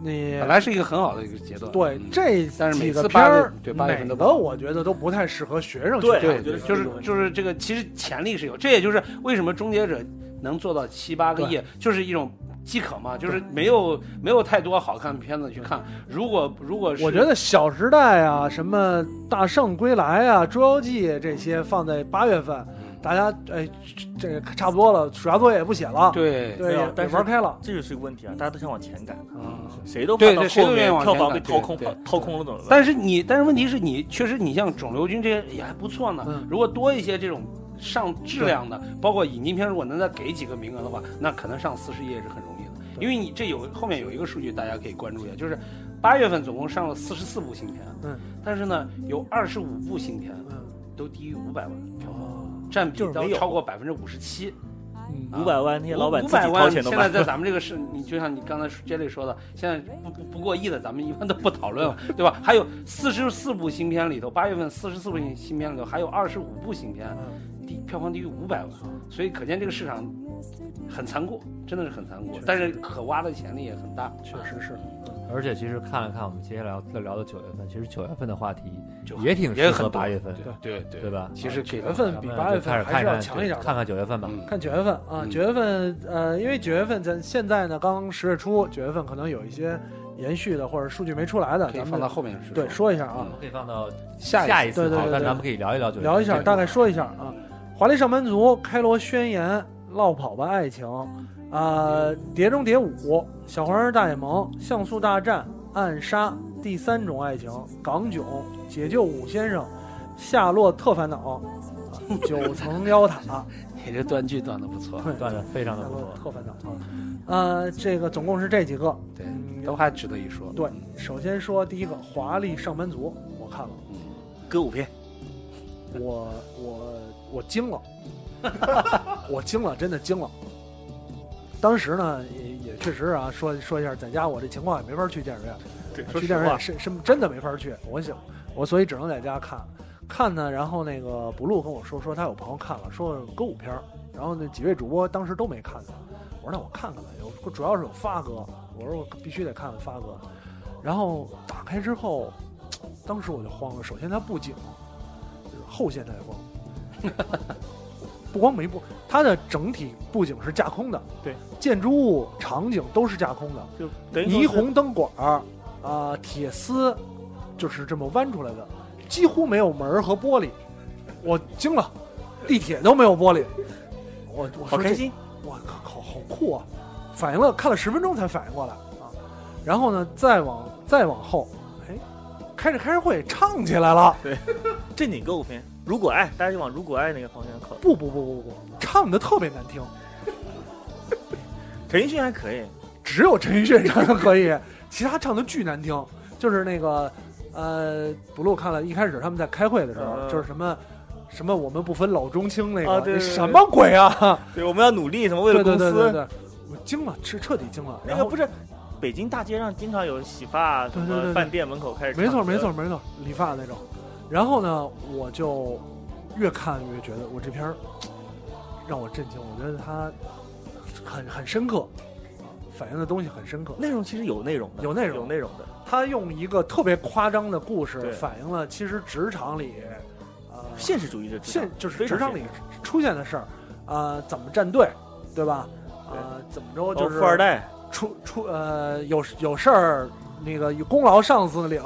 [SPEAKER 1] 你
[SPEAKER 2] 本来是一个很好的一个阶段。
[SPEAKER 1] 对
[SPEAKER 2] 嗯
[SPEAKER 1] 这
[SPEAKER 2] 但是每
[SPEAKER 1] 几
[SPEAKER 2] 次
[SPEAKER 1] 个
[SPEAKER 2] 八
[SPEAKER 1] 片
[SPEAKER 2] 月
[SPEAKER 1] 儿，
[SPEAKER 2] 对八月
[SPEAKER 1] 哪
[SPEAKER 2] 份都不
[SPEAKER 1] 个我觉得都不太适合学生去看。
[SPEAKER 2] 对，就是就是这个，其实潜力是有，这也就是为什么终结者能做到七八个亿
[SPEAKER 1] 对，
[SPEAKER 2] 就是一种饥渴嘛，就是没有没有太多好看的片子去看。如果如果是
[SPEAKER 1] 我觉得《小时代》啊，什么《大圣归来》啊，《捉妖记》这些放在八月份，大家哎，这个差不多了，暑假作业也不写了，
[SPEAKER 2] 对
[SPEAKER 1] 对，也
[SPEAKER 4] 但
[SPEAKER 1] 也
[SPEAKER 4] 是
[SPEAKER 1] 玩开了。
[SPEAKER 4] 这就是一个问题啊，大家都想往前赶，
[SPEAKER 6] 啊
[SPEAKER 4] 啊谁都
[SPEAKER 2] 都对
[SPEAKER 4] 怕
[SPEAKER 2] 对，
[SPEAKER 4] 到
[SPEAKER 2] 谁
[SPEAKER 4] 后
[SPEAKER 2] 都愿意
[SPEAKER 4] 面
[SPEAKER 2] 往
[SPEAKER 4] 票
[SPEAKER 2] 前
[SPEAKER 4] 房
[SPEAKER 2] 看
[SPEAKER 4] 被掏空
[SPEAKER 2] 对对
[SPEAKER 4] 了，掏空了怎么办？
[SPEAKER 2] 但是你，但是问题是你，确实你像肿瘤君这些也还不错呢。如果多一些这种上质量的，包括引进片，如果能再给几个名额的话，那可能上四十亿也是很容易的。因为你这有后面有一个数据，大家可以关注一下，就是八月份总共上了四十四部新片，
[SPEAKER 1] 嗯，
[SPEAKER 2] 但是呢，有二十五部新片，都低于五百万票
[SPEAKER 1] 哦
[SPEAKER 2] 房，占比
[SPEAKER 4] 就是
[SPEAKER 2] 都
[SPEAKER 4] 没有
[SPEAKER 2] 超过百分之五十七。
[SPEAKER 4] 五百万那些老板
[SPEAKER 2] 五
[SPEAKER 4] 自己
[SPEAKER 2] 百
[SPEAKER 4] 掏
[SPEAKER 2] 万，
[SPEAKER 4] 钱都
[SPEAKER 2] 现
[SPEAKER 4] 买。
[SPEAKER 2] 在在咱们这个市，你就像你刚才杰里说的，现在不不不过亿的，咱们一般都不讨论了，对吧？还有四十四部新片里头，八月份四十四部新片里头，还有二十五部新片，低票房低于五百万，所以可见这个市场很残酷，真的是很残酷，但是可挖的潜力也很大。
[SPEAKER 1] 确实是，
[SPEAKER 6] 而且其实看了看我们接下来要聊的九月份，其实九月份的话题
[SPEAKER 2] 就
[SPEAKER 6] 也挺
[SPEAKER 2] 也
[SPEAKER 6] 适
[SPEAKER 2] 很
[SPEAKER 6] 合
[SPEAKER 2] 多
[SPEAKER 6] 八月份，
[SPEAKER 2] 对对
[SPEAKER 6] 对吧？
[SPEAKER 2] 其实给嗯
[SPEAKER 1] 九月份比八月份
[SPEAKER 6] 开始
[SPEAKER 1] 还
[SPEAKER 6] 看
[SPEAKER 1] 是要强一点
[SPEAKER 6] 看
[SPEAKER 1] 的
[SPEAKER 6] 看看九月份吧。
[SPEAKER 1] 看九月份啊，九月份呃，因为九月份咱现在呢刚十月初，九月份可能有一些延续的或者数据没出来的，
[SPEAKER 2] 可以
[SPEAKER 1] 咱们
[SPEAKER 2] 放到后面说
[SPEAKER 1] 对说一下啊，
[SPEAKER 6] 可以放到
[SPEAKER 2] 下
[SPEAKER 6] 嗯
[SPEAKER 2] 一
[SPEAKER 6] 下
[SPEAKER 2] 次
[SPEAKER 6] 一
[SPEAKER 1] 对
[SPEAKER 6] 次
[SPEAKER 1] 对
[SPEAKER 6] 好
[SPEAKER 1] 对，
[SPEAKER 6] 但
[SPEAKER 1] 对
[SPEAKER 6] 咱们可以聊一聊九月份
[SPEAKER 1] 聊一下，大概说一下
[SPEAKER 2] 嗯
[SPEAKER 1] 啊，《华丽上班族》《开罗宣言》《落跑吧爱情》啊，《碟中谍五》《小黄人大眼萌》《像素大战》《暗杀》《第三种爱情》《港囧》《解救武先生》《夏洛特烦恼》啊九层妖塔》
[SPEAKER 2] [LAUGHS] 你这断句断的不错，
[SPEAKER 6] 断的非常的
[SPEAKER 1] 夏
[SPEAKER 6] 不
[SPEAKER 1] 洛
[SPEAKER 6] 错。
[SPEAKER 1] 特烦恼啊，呃，这个总共是这几个。嗯
[SPEAKER 2] 对，都还值得一说。
[SPEAKER 1] 对，首先说第一个《华丽上班族》，我看了，
[SPEAKER 4] 歌舞片，
[SPEAKER 1] 我我我惊了， [LAUGHS] 我惊了，真的惊了。当时呢，也也确实啊，说说一下，在家我这情况也没法去电影院，
[SPEAKER 4] 对
[SPEAKER 1] 啊去电影院是是真的没法去，我想我所以只能在家看，看呢，然后那个补录跟我说说他有朋友看了，说歌舞片儿，然后那几位主播当时都没看呢，我说那我看看吧，有主要是有发哥，我说我必须得看看发哥，然后打开之后，当时我就慌了，首先它布景就是后现代风， [LAUGHS] 不光没布，它的整体布景是架空的，
[SPEAKER 4] 对，
[SPEAKER 1] 建筑物、场景都是架空的，
[SPEAKER 4] 就等于说是
[SPEAKER 1] 霓虹灯管儿啊、铁丝就是这么弯出来的，几乎没有门儿和玻璃，我惊了，地铁都没有玻璃，我我
[SPEAKER 4] 好
[SPEAKER 1] 说
[SPEAKER 4] 开
[SPEAKER 1] 这
[SPEAKER 4] 心，
[SPEAKER 1] 哇靠，好酷啊！反应了，看了十分钟才反应过来啊。然后呢，再往再往后，哎，开着开着会唱起来了。
[SPEAKER 4] 正经歌舞片。如果爱，大家就往如果爱那个方向靠。
[SPEAKER 1] 不不不不不，唱的特别难听，
[SPEAKER 4] 陈奕迅还可以，
[SPEAKER 1] 只有陈奕迅唱的可以，其他唱的巨难听。就是那个，呃，不露看了一开始他们在开会的时候，
[SPEAKER 4] 嗯
[SPEAKER 1] 就是什么什么我们不分老中青那个，
[SPEAKER 4] 啊对对对
[SPEAKER 1] 什么鬼啊？
[SPEAKER 4] [LAUGHS] 对，我们要努力什么为了公司。
[SPEAKER 1] 对对对对对，我惊了，彻彻底惊了。
[SPEAKER 4] 那
[SPEAKER 1] 然
[SPEAKER 4] 个
[SPEAKER 1] 后
[SPEAKER 4] 不是，北京大街上经常有洗发啊什
[SPEAKER 1] 对对对
[SPEAKER 4] 么
[SPEAKER 1] 对
[SPEAKER 4] 饭店门口开始唱
[SPEAKER 1] 没错，
[SPEAKER 4] 歌
[SPEAKER 1] 没错，，没错，理发那种。然后呢，我就越看越觉得我这片儿让我震惊，我觉得它很很深刻，反映的东西很深刻。
[SPEAKER 4] 内容其实有内容的，
[SPEAKER 1] 有内容
[SPEAKER 4] 有内容的。
[SPEAKER 1] 他用一个特别夸张的故事，
[SPEAKER 4] 对
[SPEAKER 1] 反映了其实职场里，呃，
[SPEAKER 4] 现实主义的职场
[SPEAKER 1] 现就是
[SPEAKER 4] 非常
[SPEAKER 1] 职场里
[SPEAKER 4] 现
[SPEAKER 1] 出现的事儿，呃，怎么站队，对吧？呃，怎么着
[SPEAKER 4] 实
[SPEAKER 1] 就是
[SPEAKER 4] 哦富二代，
[SPEAKER 1] 出出呃有有事儿，那个有功劳上司领，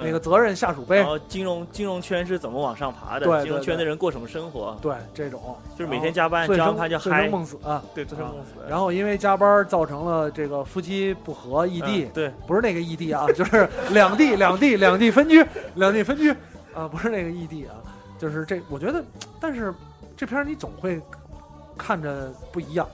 [SPEAKER 1] 那个
[SPEAKER 4] 嗯
[SPEAKER 1] 责任下属背
[SPEAKER 4] 然，后金融金融圈是怎么往上爬的？
[SPEAKER 1] 对对
[SPEAKER 4] 金融
[SPEAKER 1] 对
[SPEAKER 4] 圈的人过什么生活？
[SPEAKER 1] 对这种
[SPEAKER 4] 就是每天加班，
[SPEAKER 1] 醉
[SPEAKER 4] 加
[SPEAKER 1] 生
[SPEAKER 4] 完班就
[SPEAKER 1] 醉
[SPEAKER 4] 嗨嗯
[SPEAKER 1] 生，梦死啊。
[SPEAKER 4] 对，醉生
[SPEAKER 1] 啊
[SPEAKER 4] 梦死。
[SPEAKER 1] 然后因为加班造成了这个夫妻不和，异地、
[SPEAKER 4] 嗯对，
[SPEAKER 1] 不是那个异地啊， [LAUGHS] 就是两地两地两地分居，两地分居啊，不是那个异地啊，就是这。我觉得，但是这片儿你总会看着不一样。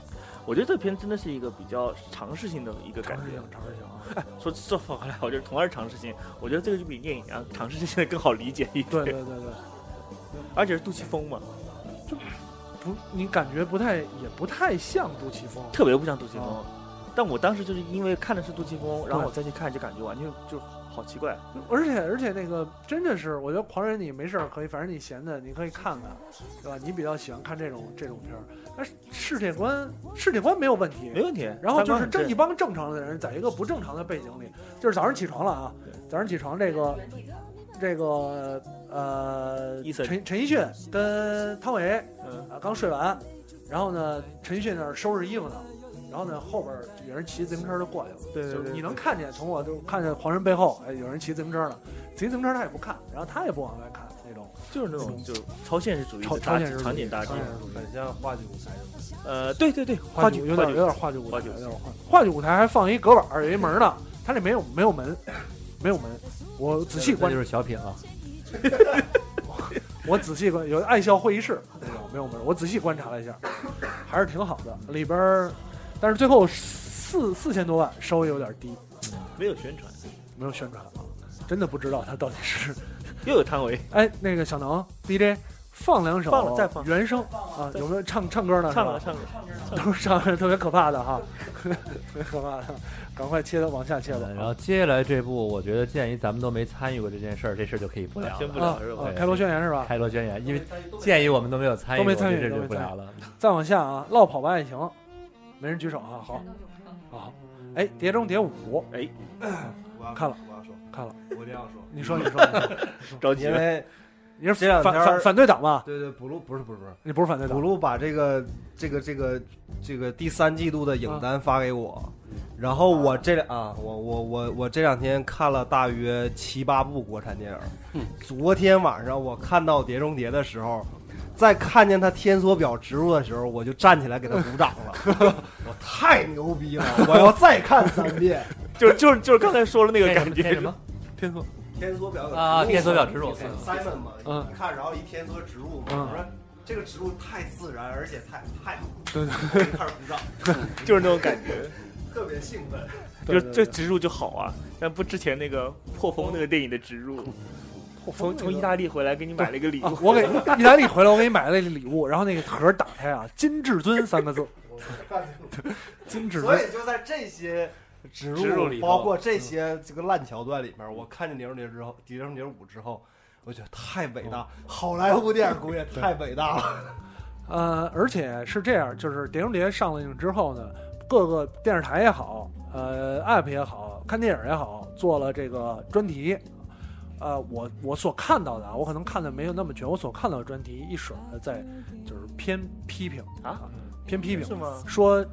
[SPEAKER 4] 我觉得这片真的是一个比较尝试性的一个感觉。
[SPEAKER 1] 尝试性，
[SPEAKER 4] 哎，说说反过来，我觉得同样是尝试性，我觉得这个就比电影啊尝试性的更好理解一点。
[SPEAKER 1] 对对对对，
[SPEAKER 4] 而且是杜琪峰嘛，
[SPEAKER 1] 不，你感觉不太，也不太像杜琪峰，
[SPEAKER 4] 特别不像杜琪峰。
[SPEAKER 1] 啊
[SPEAKER 4] 但我当时就是因为看的是杜琪峰，然后
[SPEAKER 1] 对
[SPEAKER 4] 我再去看，就感觉完全就好奇怪。
[SPEAKER 1] 而且而且那个真的是，我觉得狂人你没事儿可以，反正你闲的你可以看看，对吧？你比较喜欢看这种这种片儿，但是世界观世界观没有问题，
[SPEAKER 4] 没问题
[SPEAKER 1] 然后就
[SPEAKER 4] 三观
[SPEAKER 1] 是
[SPEAKER 4] 很
[SPEAKER 1] 这
[SPEAKER 4] 正
[SPEAKER 1] 一帮正常的人，在一个不正常的背景里，就是早上起床了啊，早上起床这个这个呃
[SPEAKER 4] 伊森
[SPEAKER 1] 陈陈奕迅跟汤唯
[SPEAKER 4] 嗯
[SPEAKER 1] 啊刚睡完，然后呢陈奕迅那儿收拾衣服呢。然后呢，后边儿有人骑自行车就过去了。
[SPEAKER 4] 对对
[SPEAKER 1] 就是
[SPEAKER 4] 对
[SPEAKER 1] 你能看见，从我就看见黄人背后，哎，有人骑自行车了。骑自行车他也不看，然后他也不往外看那种。
[SPEAKER 4] 就是那种就是超现实主义
[SPEAKER 1] 超
[SPEAKER 4] 的
[SPEAKER 1] 超
[SPEAKER 4] 搭
[SPEAKER 1] 现实主义
[SPEAKER 4] 场景搭建
[SPEAKER 1] 超现实主义，
[SPEAKER 8] 很像话剧舞台上的
[SPEAKER 4] 呃，对对对，
[SPEAKER 1] 话
[SPEAKER 4] 话
[SPEAKER 1] 剧
[SPEAKER 4] 剧
[SPEAKER 1] 有
[SPEAKER 4] 话
[SPEAKER 1] 点
[SPEAKER 4] 剧
[SPEAKER 1] 有点话剧舞台，
[SPEAKER 4] 话剧
[SPEAKER 1] 有点话剧话剧舞台还放一隔板儿，有一门儿呢，它这没有没有门，没有门。我仔细
[SPEAKER 6] 那
[SPEAKER 1] 观
[SPEAKER 6] 就
[SPEAKER 1] 察，
[SPEAKER 6] 是小品啊，
[SPEAKER 1] 我仔细观有爱笑会议室那种没有门儿，我仔细观察了一下，还是挺好的。里边儿，但是最后四四千多万稍微有点低，
[SPEAKER 4] 没有宣传，
[SPEAKER 1] 没有宣传啊，真的不知道它到底是。
[SPEAKER 4] 又有
[SPEAKER 1] [LAUGHS]
[SPEAKER 4] 汤唯，
[SPEAKER 1] 哎，那个小能 DJ 放两首，
[SPEAKER 4] 放了再放
[SPEAKER 1] 原声啊，有没有唱唱歌呢？
[SPEAKER 4] 唱
[SPEAKER 1] 是吧
[SPEAKER 4] 了唱 [LAUGHS] 了，
[SPEAKER 1] 都是上特别可怕的哈， [LAUGHS] 特别可怕的，赶快切的往下切吧。
[SPEAKER 8] 嗯
[SPEAKER 6] 然后接下来这部，我觉得建议咱们都没参与过这件事儿，这事儿就可以不聊
[SPEAKER 4] 先不
[SPEAKER 6] 了。
[SPEAKER 4] 聊
[SPEAKER 1] 啊
[SPEAKER 4] 是吧哎
[SPEAKER 1] 啊
[SPEAKER 6] 对
[SPEAKER 1] 开罗宣言是吧？
[SPEAKER 6] 开罗宣言，因为建议我们都没有参与
[SPEAKER 1] 都
[SPEAKER 6] 过，
[SPEAKER 1] 没
[SPEAKER 6] 这
[SPEAKER 1] 参与
[SPEAKER 6] 事儿
[SPEAKER 1] 都
[SPEAKER 6] 就
[SPEAKER 1] 没
[SPEAKER 6] 不
[SPEAKER 1] 参与
[SPEAKER 6] 聊了。
[SPEAKER 1] 再往下啊，《落跑吧爱情》，没人举手啊，好，好，哎，《碟中谍五
[SPEAKER 4] 哎，》
[SPEAKER 1] [CLEARS THROAT] 看了
[SPEAKER 8] 我要说，
[SPEAKER 1] 看了，
[SPEAKER 8] 我一定要说，
[SPEAKER 1] 你说你
[SPEAKER 4] [LAUGHS]
[SPEAKER 1] 说，你说
[SPEAKER 4] 着急
[SPEAKER 8] 因
[SPEAKER 4] 了，
[SPEAKER 8] 为
[SPEAKER 1] 你是
[SPEAKER 8] 这两
[SPEAKER 1] 反
[SPEAKER 8] 天儿
[SPEAKER 1] 反反对党吧？
[SPEAKER 8] 对对，补录不是不是不是，
[SPEAKER 1] 你不是反对党
[SPEAKER 8] 补，录把这个这个这个这个第三季度的影单发给我，
[SPEAKER 6] 嗯
[SPEAKER 8] 然后我这两啊，我我我我这两天看了大约七八部国产电影，昨天晚上我看到《碟中谍》的时候。在看见他天梭表植入的时候，我就站起来给他鼓掌了。我太牛逼
[SPEAKER 1] [LAUGHS]
[SPEAKER 8] 了！我要再看三遍。
[SPEAKER 4] 就是就是就是刚才说的那个
[SPEAKER 6] 天
[SPEAKER 4] 感
[SPEAKER 6] 什么天什
[SPEAKER 4] 觉
[SPEAKER 6] 么，？
[SPEAKER 1] 天说
[SPEAKER 8] 天梭表有
[SPEAKER 1] [LAUGHS]
[SPEAKER 6] 啊
[SPEAKER 8] 植入
[SPEAKER 6] 天梭表植入
[SPEAKER 8] Simon 嘛，
[SPEAKER 1] 嗯
[SPEAKER 8] 一看然后一天梭植入嘛，
[SPEAKER 1] 嗯
[SPEAKER 8] 我说这个植入太自然，而且太太好，
[SPEAKER 1] 对对
[SPEAKER 8] 我就开始鼓掌，
[SPEAKER 4] 就是那种感觉，
[SPEAKER 8] 特别兴奋。
[SPEAKER 4] 就
[SPEAKER 1] 对
[SPEAKER 4] 是这植入就好啊，但不之前那个破风那个电影的植入，从从意大利回来给你买了一个礼物，
[SPEAKER 1] 啊我给意大利回来，我给你买了礼物，然后那个盒打开啊，“金至尊”三个字，金至
[SPEAKER 8] 所
[SPEAKER 1] 尊，
[SPEAKER 8] 以就在这些植
[SPEAKER 2] 植入里头
[SPEAKER 8] 包括这些这个烂桥段里面，我看见《碟中谍》之后，《碟中谍五》之后，我觉得太伟大，好莱坞电影工业太伟大了。
[SPEAKER 1] 呃，而且是这样，就是《碟中谍》上了映之后呢，各个电视台也好，呃，app 也好，看电影也好，做了这个专题。呃，我我所看到的啊，我可能看的没有那么全，我所看到的专题一水儿的在就是偏批评
[SPEAKER 4] 啊，
[SPEAKER 1] 偏批评
[SPEAKER 4] 是吗？
[SPEAKER 1] 说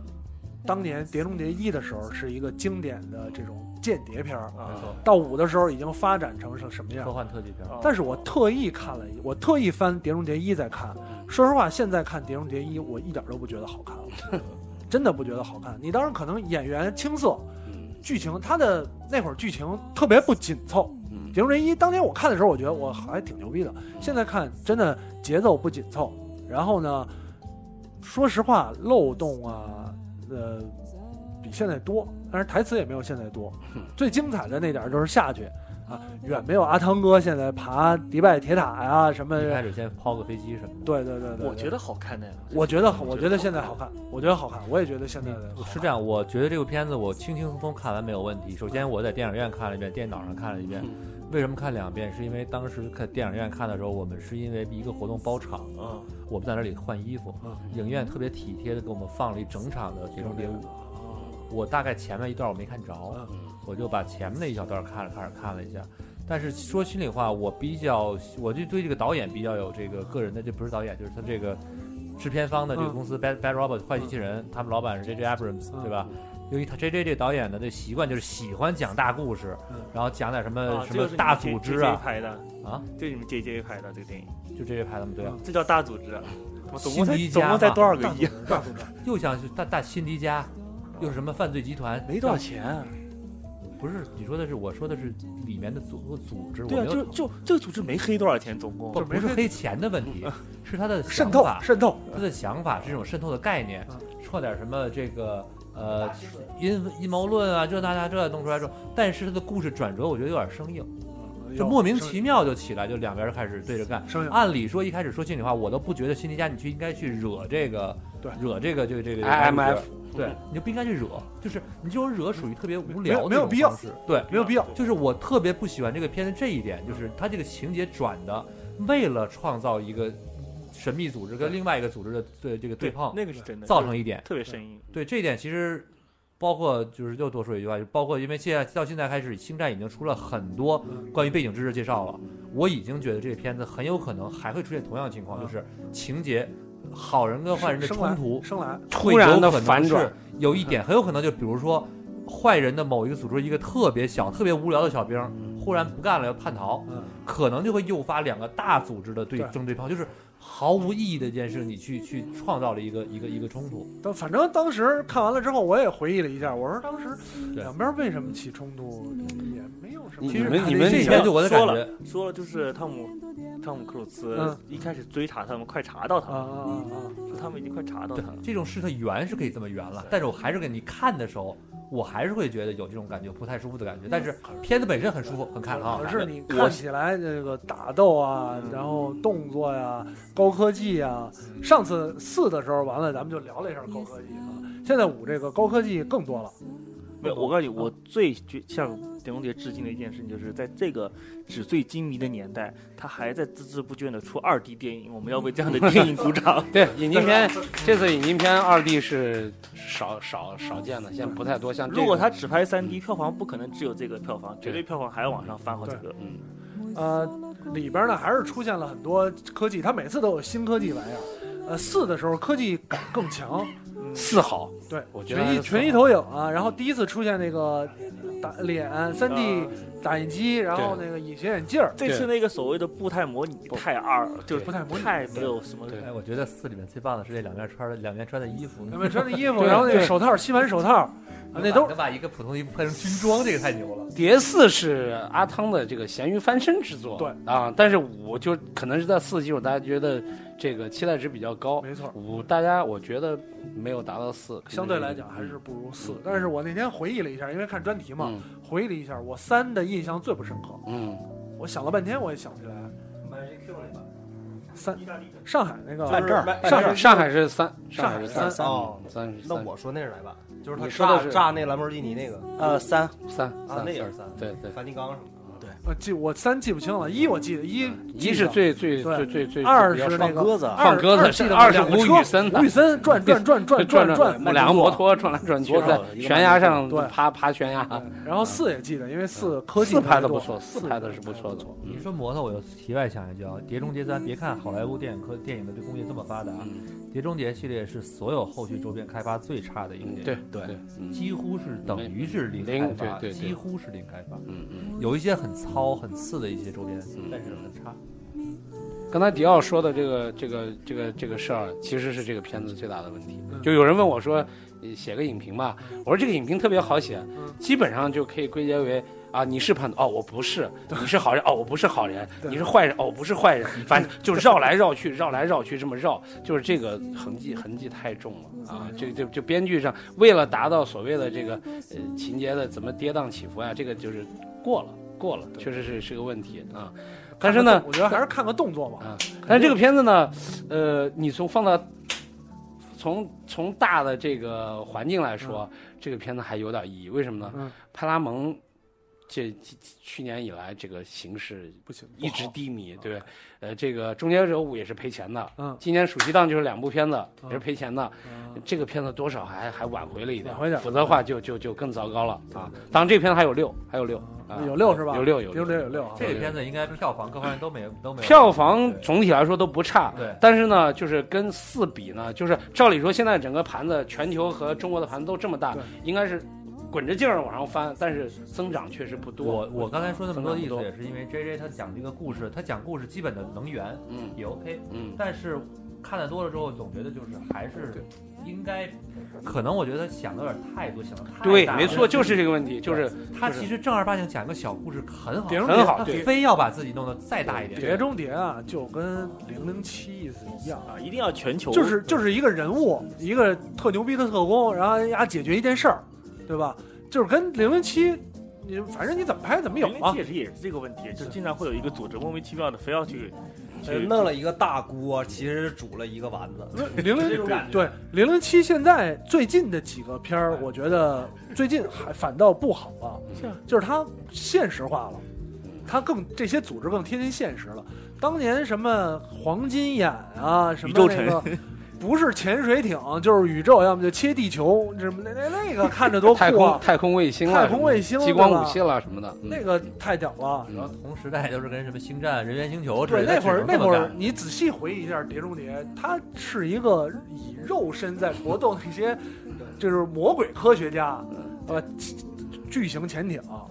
[SPEAKER 1] 当年《碟中谍一》的时候是一个经典的这种间谍片儿，
[SPEAKER 4] 啊，
[SPEAKER 1] 到五的时候已经发展成是什么样
[SPEAKER 6] 科？幻特技片。
[SPEAKER 4] 啊
[SPEAKER 1] 但是我特意看了一，我特意翻《碟中谍一》再看。说实话，现在看《碟中谍一》，我一点都不觉得好看了，真的不觉得好看。你当然可能演员青涩，
[SPEAKER 2] 嗯
[SPEAKER 1] 剧情它的那会儿剧情特别不紧凑。《
[SPEAKER 2] 嗯
[SPEAKER 1] 碟中谍一》当年我看的时候，我觉得我还挺牛逼的，现在看真的节奏不紧凑。然后呢，说实话，漏洞啊，呃，比现在多，但是台词也没有现在多。最精彩的那点儿就是下去。啊，远没有阿汤哥现在爬迪拜铁塔呀、什么
[SPEAKER 6] 一开始先抛个飞机什么的。
[SPEAKER 1] 对对对对，
[SPEAKER 4] 我觉得好看的呀，
[SPEAKER 1] 对，我觉得好，我觉得现在好看，我觉得好看，我也觉得现在的好看
[SPEAKER 6] 是这样，我觉得这部片子我轻轻松松看完没有问题。首先，我在电影院看了一遍，电脑上看了一遍。为什么看两遍？是因为当时看电影院看的时候，我们是因为一个活动包场，
[SPEAKER 4] 嗯，
[SPEAKER 6] 我们在那里换衣服
[SPEAKER 1] 嗯，
[SPEAKER 6] 影院特别体贴的给我们放了一整场的《碟中谍五》。我大概前面一段我没看
[SPEAKER 1] 嗯
[SPEAKER 6] 着，我就把前面那一小段看了，开始看了一下。但是说心里话，我比较，我就对这个导演比较有这个个人的，这不是导演，就是他这个制片方
[SPEAKER 4] 嗯
[SPEAKER 6] 的这个公司 Bad Bad Robot 坏机器人，他们老板是 J J Abrams，
[SPEAKER 1] 嗯
[SPEAKER 6] 对吧？由于他 J J 这个导演的这习惯就是喜欢讲大故事
[SPEAKER 1] 嗯，
[SPEAKER 6] 然后讲点什么
[SPEAKER 4] 啊
[SPEAKER 6] 什么大组织啊
[SPEAKER 4] 拍的
[SPEAKER 6] 啊，
[SPEAKER 4] 就你们 J J 拍的这个电影，
[SPEAKER 6] 就这些牌子们对啊，
[SPEAKER 4] 这叫大组织啊，总
[SPEAKER 6] 辛
[SPEAKER 4] 共才
[SPEAKER 6] 迪
[SPEAKER 4] 总
[SPEAKER 6] 加
[SPEAKER 4] 共才
[SPEAKER 6] 嘛
[SPEAKER 4] 多少
[SPEAKER 1] 大
[SPEAKER 4] 个
[SPEAKER 1] 组
[SPEAKER 4] 亿
[SPEAKER 1] 织？大组织
[SPEAKER 6] 又想去大大辛迪加，又是什么犯罪集团，
[SPEAKER 1] 没多少钱，
[SPEAKER 6] 不是你说的是，我说的是里面的组组织，
[SPEAKER 4] 对啊，就就这个组织没黑多少钱，总
[SPEAKER 1] 哦
[SPEAKER 4] 共
[SPEAKER 6] 不不是黑钱的问题，是他的
[SPEAKER 1] 嗯渗透嗯渗透，
[SPEAKER 6] 他的想法是这种渗透的概念，说点什么这个呃阴阴谋论啊，这那那这弄出来之后，但是他的故事转折，我觉得有点生硬。就莫名其妙就起来，就两边就开始对着干。按理说一开始说心里话，我都不觉得辛迪加你去应该去惹这个，惹这个这个这个
[SPEAKER 2] I M F，
[SPEAKER 6] 嗯对，你就不应该去惹，就是你这种惹属于特别无聊，
[SPEAKER 1] 嗯没有必要，
[SPEAKER 6] 对，
[SPEAKER 1] 没有必要。
[SPEAKER 6] 就是我特别不喜欢这个片子这一点，就是它这个情节转的，为了创造一个神秘组织跟另外一个组织的对这个对碰，
[SPEAKER 4] 那个是真的，
[SPEAKER 6] 造成一点
[SPEAKER 4] 特别生硬。
[SPEAKER 6] 对这一点其实。包括就是又多说一句话，就包括因为现在到现在开始，星战已经出了很多关于背景知识介绍了，我已经觉得这个片子很有可能还会出现同样情况，就是情节好人跟坏人的冲突，
[SPEAKER 1] 生来
[SPEAKER 2] 突然的反转，。
[SPEAKER 6] 有一点很有可能就比如说坏人的某一个组织一个特别小、特别无聊的小兵，忽然不干了要叛逃，
[SPEAKER 1] 嗯
[SPEAKER 6] 可能就会诱发两个大组织的对争对抗，就是。毫无意义的一件事，你去去创造了一个一个一个冲突。
[SPEAKER 1] 但反正当时看完了之后，我也回忆了一下，我说当时两边为什么起冲突，也没有什么。
[SPEAKER 4] 其实你们
[SPEAKER 6] 这一边就我的
[SPEAKER 4] 说
[SPEAKER 6] 感
[SPEAKER 4] 了
[SPEAKER 6] 觉，
[SPEAKER 4] 说了就是汤姆汤姆克鲁斯一开始追查他们，快查到他
[SPEAKER 1] 啊啊
[SPEAKER 4] 们，
[SPEAKER 1] 啊！
[SPEAKER 4] 说他们已经快查到
[SPEAKER 6] 对
[SPEAKER 4] 他了。
[SPEAKER 6] 这种事它圆是可以这么圆了，但是我还是给你看的时候，我还是会觉得有这种感觉不太舒服的感觉。但是片子本身很舒服，很看很好
[SPEAKER 1] 可
[SPEAKER 6] 看。
[SPEAKER 1] 是你看起来那个打斗啊，然后动作呀、高科技呀、上次四的时候完了，咱们就聊了一下高科技啊。现在五这个高科技更多了，
[SPEAKER 4] 没有，我告诉你，我最觉向狄龙杰致敬的一件事情，就是在这个纸醉金迷的年代，他还在孜孜不倦的出二 D 电影，我们要为这样的电影鼓掌
[SPEAKER 2] [LAUGHS] 对引进片，这次引进片二 D 是少少少见的，现在不太多。像这嗯
[SPEAKER 4] 如果
[SPEAKER 2] 种
[SPEAKER 4] 他只拍三 D，票房不可能只有这个票房，绝对票房还要往上翻好几个。嗯，
[SPEAKER 1] 呃，里边呢还是出现了很多科技，它每次都有新科技玩意儿。呃，四的时候科技感更强，
[SPEAKER 2] 四好，
[SPEAKER 1] 对，
[SPEAKER 2] 我觉得还
[SPEAKER 1] 群
[SPEAKER 2] 是
[SPEAKER 1] 一群一投影
[SPEAKER 2] 嗯
[SPEAKER 1] 啊，然后第一次出现那个打脸三 D
[SPEAKER 4] 啊
[SPEAKER 1] 打印机，然后那个隐形眼镜儿，
[SPEAKER 4] 这次那个所谓的步态模拟太二了，就是
[SPEAKER 1] 不太模拟
[SPEAKER 4] 太没有什么。
[SPEAKER 2] 对
[SPEAKER 6] 哎，我觉得四里面最棒的是这两边穿的两边穿的衣服，
[SPEAKER 1] 他们穿的衣服，
[SPEAKER 2] [LAUGHS] 对
[SPEAKER 1] 然后那个
[SPEAKER 2] 对
[SPEAKER 1] 手套，吸完手套，啊
[SPEAKER 6] 能把
[SPEAKER 1] 那都
[SPEAKER 6] 能把一个普通的衣服换成军装，这个太牛了。
[SPEAKER 2] 碟四是阿汤的这个咸鱼翻身之作，
[SPEAKER 1] 对
[SPEAKER 2] 啊，但是五就可能是在四基础，大家觉得这个期待值比较高，
[SPEAKER 1] 没错
[SPEAKER 2] 五大家我觉得没有达到四，
[SPEAKER 1] 相对来讲还是不如四。但是我那天回忆了一下，因为看专题嘛
[SPEAKER 2] 嗯，
[SPEAKER 1] 回忆了一下，我三的印象最不深刻。
[SPEAKER 2] 嗯，
[SPEAKER 1] 我想了半天，我也想不起来。三
[SPEAKER 8] 意大利
[SPEAKER 1] 上海那个
[SPEAKER 8] 办证儿办
[SPEAKER 1] 上
[SPEAKER 8] 证
[SPEAKER 1] 海
[SPEAKER 8] 儿
[SPEAKER 2] 上海是三，
[SPEAKER 1] 上海
[SPEAKER 2] 海是
[SPEAKER 1] 是
[SPEAKER 2] 三
[SPEAKER 1] 三
[SPEAKER 8] 哦
[SPEAKER 2] 三是
[SPEAKER 8] 那
[SPEAKER 2] 三
[SPEAKER 8] 我说那是哪版？就是他
[SPEAKER 2] 你说的
[SPEAKER 8] 炸
[SPEAKER 2] 是
[SPEAKER 8] 炸那兰博基尼那个
[SPEAKER 5] 呃，三
[SPEAKER 2] 三
[SPEAKER 8] 啊，
[SPEAKER 2] 三
[SPEAKER 8] 那也
[SPEAKER 2] 三
[SPEAKER 8] 是三，
[SPEAKER 2] 对对，
[SPEAKER 8] 梵蒂冈什么的。对，
[SPEAKER 1] 呃记我三记不清了，一我记得一
[SPEAKER 2] 嗯一是最最
[SPEAKER 1] 对
[SPEAKER 2] 最最最
[SPEAKER 1] 二
[SPEAKER 2] 比较
[SPEAKER 1] 是
[SPEAKER 2] 爽
[SPEAKER 1] 那个
[SPEAKER 5] 鸽子
[SPEAKER 1] 二
[SPEAKER 2] 放鸽子
[SPEAKER 1] 二记得
[SPEAKER 2] 二是
[SPEAKER 1] 两个
[SPEAKER 2] 吴
[SPEAKER 1] 车
[SPEAKER 2] 宇森的
[SPEAKER 1] 吴宇森转转转转
[SPEAKER 2] 转
[SPEAKER 1] 转，
[SPEAKER 2] 两个摩托转来转去，
[SPEAKER 5] 左手
[SPEAKER 2] 在
[SPEAKER 5] 一个
[SPEAKER 2] 悬崖上
[SPEAKER 1] 对
[SPEAKER 2] 爬爬悬崖，
[SPEAKER 1] 啊然后四也记得，因为四科技
[SPEAKER 2] 嗯四拍
[SPEAKER 1] 的
[SPEAKER 2] 的不错，四拍的是不错的，嗯
[SPEAKER 6] 你说摩托，我就题外想一句啊，《碟中谍三》，别看好莱坞电影科电影的这工业这么发达，碟中谍》系列是所有后续周边开发最差的一个电影。
[SPEAKER 2] 嗯对
[SPEAKER 5] 对
[SPEAKER 2] 对，
[SPEAKER 6] 几乎是等于是零
[SPEAKER 2] 零
[SPEAKER 6] 开发，
[SPEAKER 2] 对对对
[SPEAKER 6] 几乎是零开发。
[SPEAKER 2] 嗯嗯。
[SPEAKER 6] 有一些很糙、很次的一些周边，但是很差。
[SPEAKER 2] 刚才迪奥说的这个这个这个这个事儿，其实是这个片子最大的问题。就有人问我说，呃写个影评吧，我说这个影评特别好写，基本上就可以归结为。啊，你是叛徒哦，我不是；你是好人哦，我不是好人；你是坏人哦，我不是坏人。反正就绕来绕去，绕来绕去这么绕，就是这个痕迹痕迹太重了啊！这这这编剧上为了达到所谓的这个呃情节的怎么跌宕起伏啊，这个就是过了过了，确实是是个问题啊。但是呢，
[SPEAKER 1] 我觉得还是看个动作吧。
[SPEAKER 2] 啊，但是这个片子呢，呃，你从放到从从大的这个环境来说，这个片子还有点意义。为什么呢？
[SPEAKER 1] 嗯
[SPEAKER 2] 派拉蒙这这去年以来这个形势
[SPEAKER 1] 不行，
[SPEAKER 2] 一直低迷，对，呃，这个《终结者五》也是赔钱的，
[SPEAKER 1] 嗯
[SPEAKER 2] 今年暑期档就是两部片子也是赔钱的，这个片子多少还还挽回了一点，
[SPEAKER 1] 挽回点嗯
[SPEAKER 2] 否则的话就就就更糟糕了啊！当然，这个片子还有六，还有六，啊
[SPEAKER 1] 有六是吧？
[SPEAKER 2] 有六有
[SPEAKER 1] 有
[SPEAKER 2] 六
[SPEAKER 1] 六有六啊。
[SPEAKER 6] 这个片子应该票房各方面都没都没有
[SPEAKER 2] 票房总体来说都不差，
[SPEAKER 6] 对
[SPEAKER 2] 但是呢，就是跟四比呢，就是照理说现在整个盘子，全球和中国的盘子都这么大
[SPEAKER 1] 对，
[SPEAKER 2] 应该是滚着劲儿往上翻，但是增长确实不多。
[SPEAKER 6] 我我刚才说那么多的意思，
[SPEAKER 2] 增长不
[SPEAKER 6] 也是因为 J J 他讲这个故事，他讲故事基本的能源
[SPEAKER 2] 嗯
[SPEAKER 6] 也 OK，
[SPEAKER 2] 嗯，
[SPEAKER 6] 但是看的多了之后，总觉得就是还是应该，可能我觉得想的有点太多，想的太大了
[SPEAKER 2] 对，没错，就是这个问题，就是
[SPEAKER 6] 他
[SPEAKER 2] 就是
[SPEAKER 6] 其实正儿八经讲个小故事很好，
[SPEAKER 1] 碟啊中谍
[SPEAKER 6] 很好，
[SPEAKER 1] 对
[SPEAKER 6] 非要把自己弄得再大一点。
[SPEAKER 1] 碟中谍啊，就跟零零七意思一样
[SPEAKER 4] 啊，一定要全球
[SPEAKER 1] 就是就是一个人物，一个特牛逼的特工，然后呀解决一件事儿，对吧？就是跟零零七，你反正你怎么拍怎么有
[SPEAKER 4] 因为
[SPEAKER 1] 啊
[SPEAKER 4] 这。也是也是这个问题，就经常会有一个组织莫名其妙的非要去
[SPEAKER 8] 呃
[SPEAKER 4] 去
[SPEAKER 8] 弄了一个大锅，其实煮了一个丸子，
[SPEAKER 1] 零
[SPEAKER 8] 这种感
[SPEAKER 1] 零
[SPEAKER 8] 觉
[SPEAKER 1] 对零零七现在最近的几个片儿，我觉得最近还反倒不好了，就是它现实化了，它更这些组织更贴近现实了。当年什么黄金眼啊，什么
[SPEAKER 4] 宇宙
[SPEAKER 1] 那个
[SPEAKER 4] 城
[SPEAKER 1] 不是潜水艇就是宇宙，要么就切地球，什么那那那个看着多酷
[SPEAKER 2] 太
[SPEAKER 1] 啊
[SPEAKER 2] 空！太空卫星啊，
[SPEAKER 1] 太空卫星
[SPEAKER 2] 什么的激光
[SPEAKER 1] 对吧
[SPEAKER 2] 武器啦什么的，嗯
[SPEAKER 1] 那个太屌了。
[SPEAKER 6] 然后同时代都是跟什么星战、人猿星球之
[SPEAKER 1] 对，
[SPEAKER 6] 类的，
[SPEAKER 1] 那会儿
[SPEAKER 6] 只能
[SPEAKER 1] 那
[SPEAKER 6] 这么
[SPEAKER 1] 会
[SPEAKER 6] 干
[SPEAKER 1] 儿你仔细回忆一下《碟中谍》，它是一个以肉身在搏斗那些就是魔鬼科学家，呃，巨巨型潜艇啊，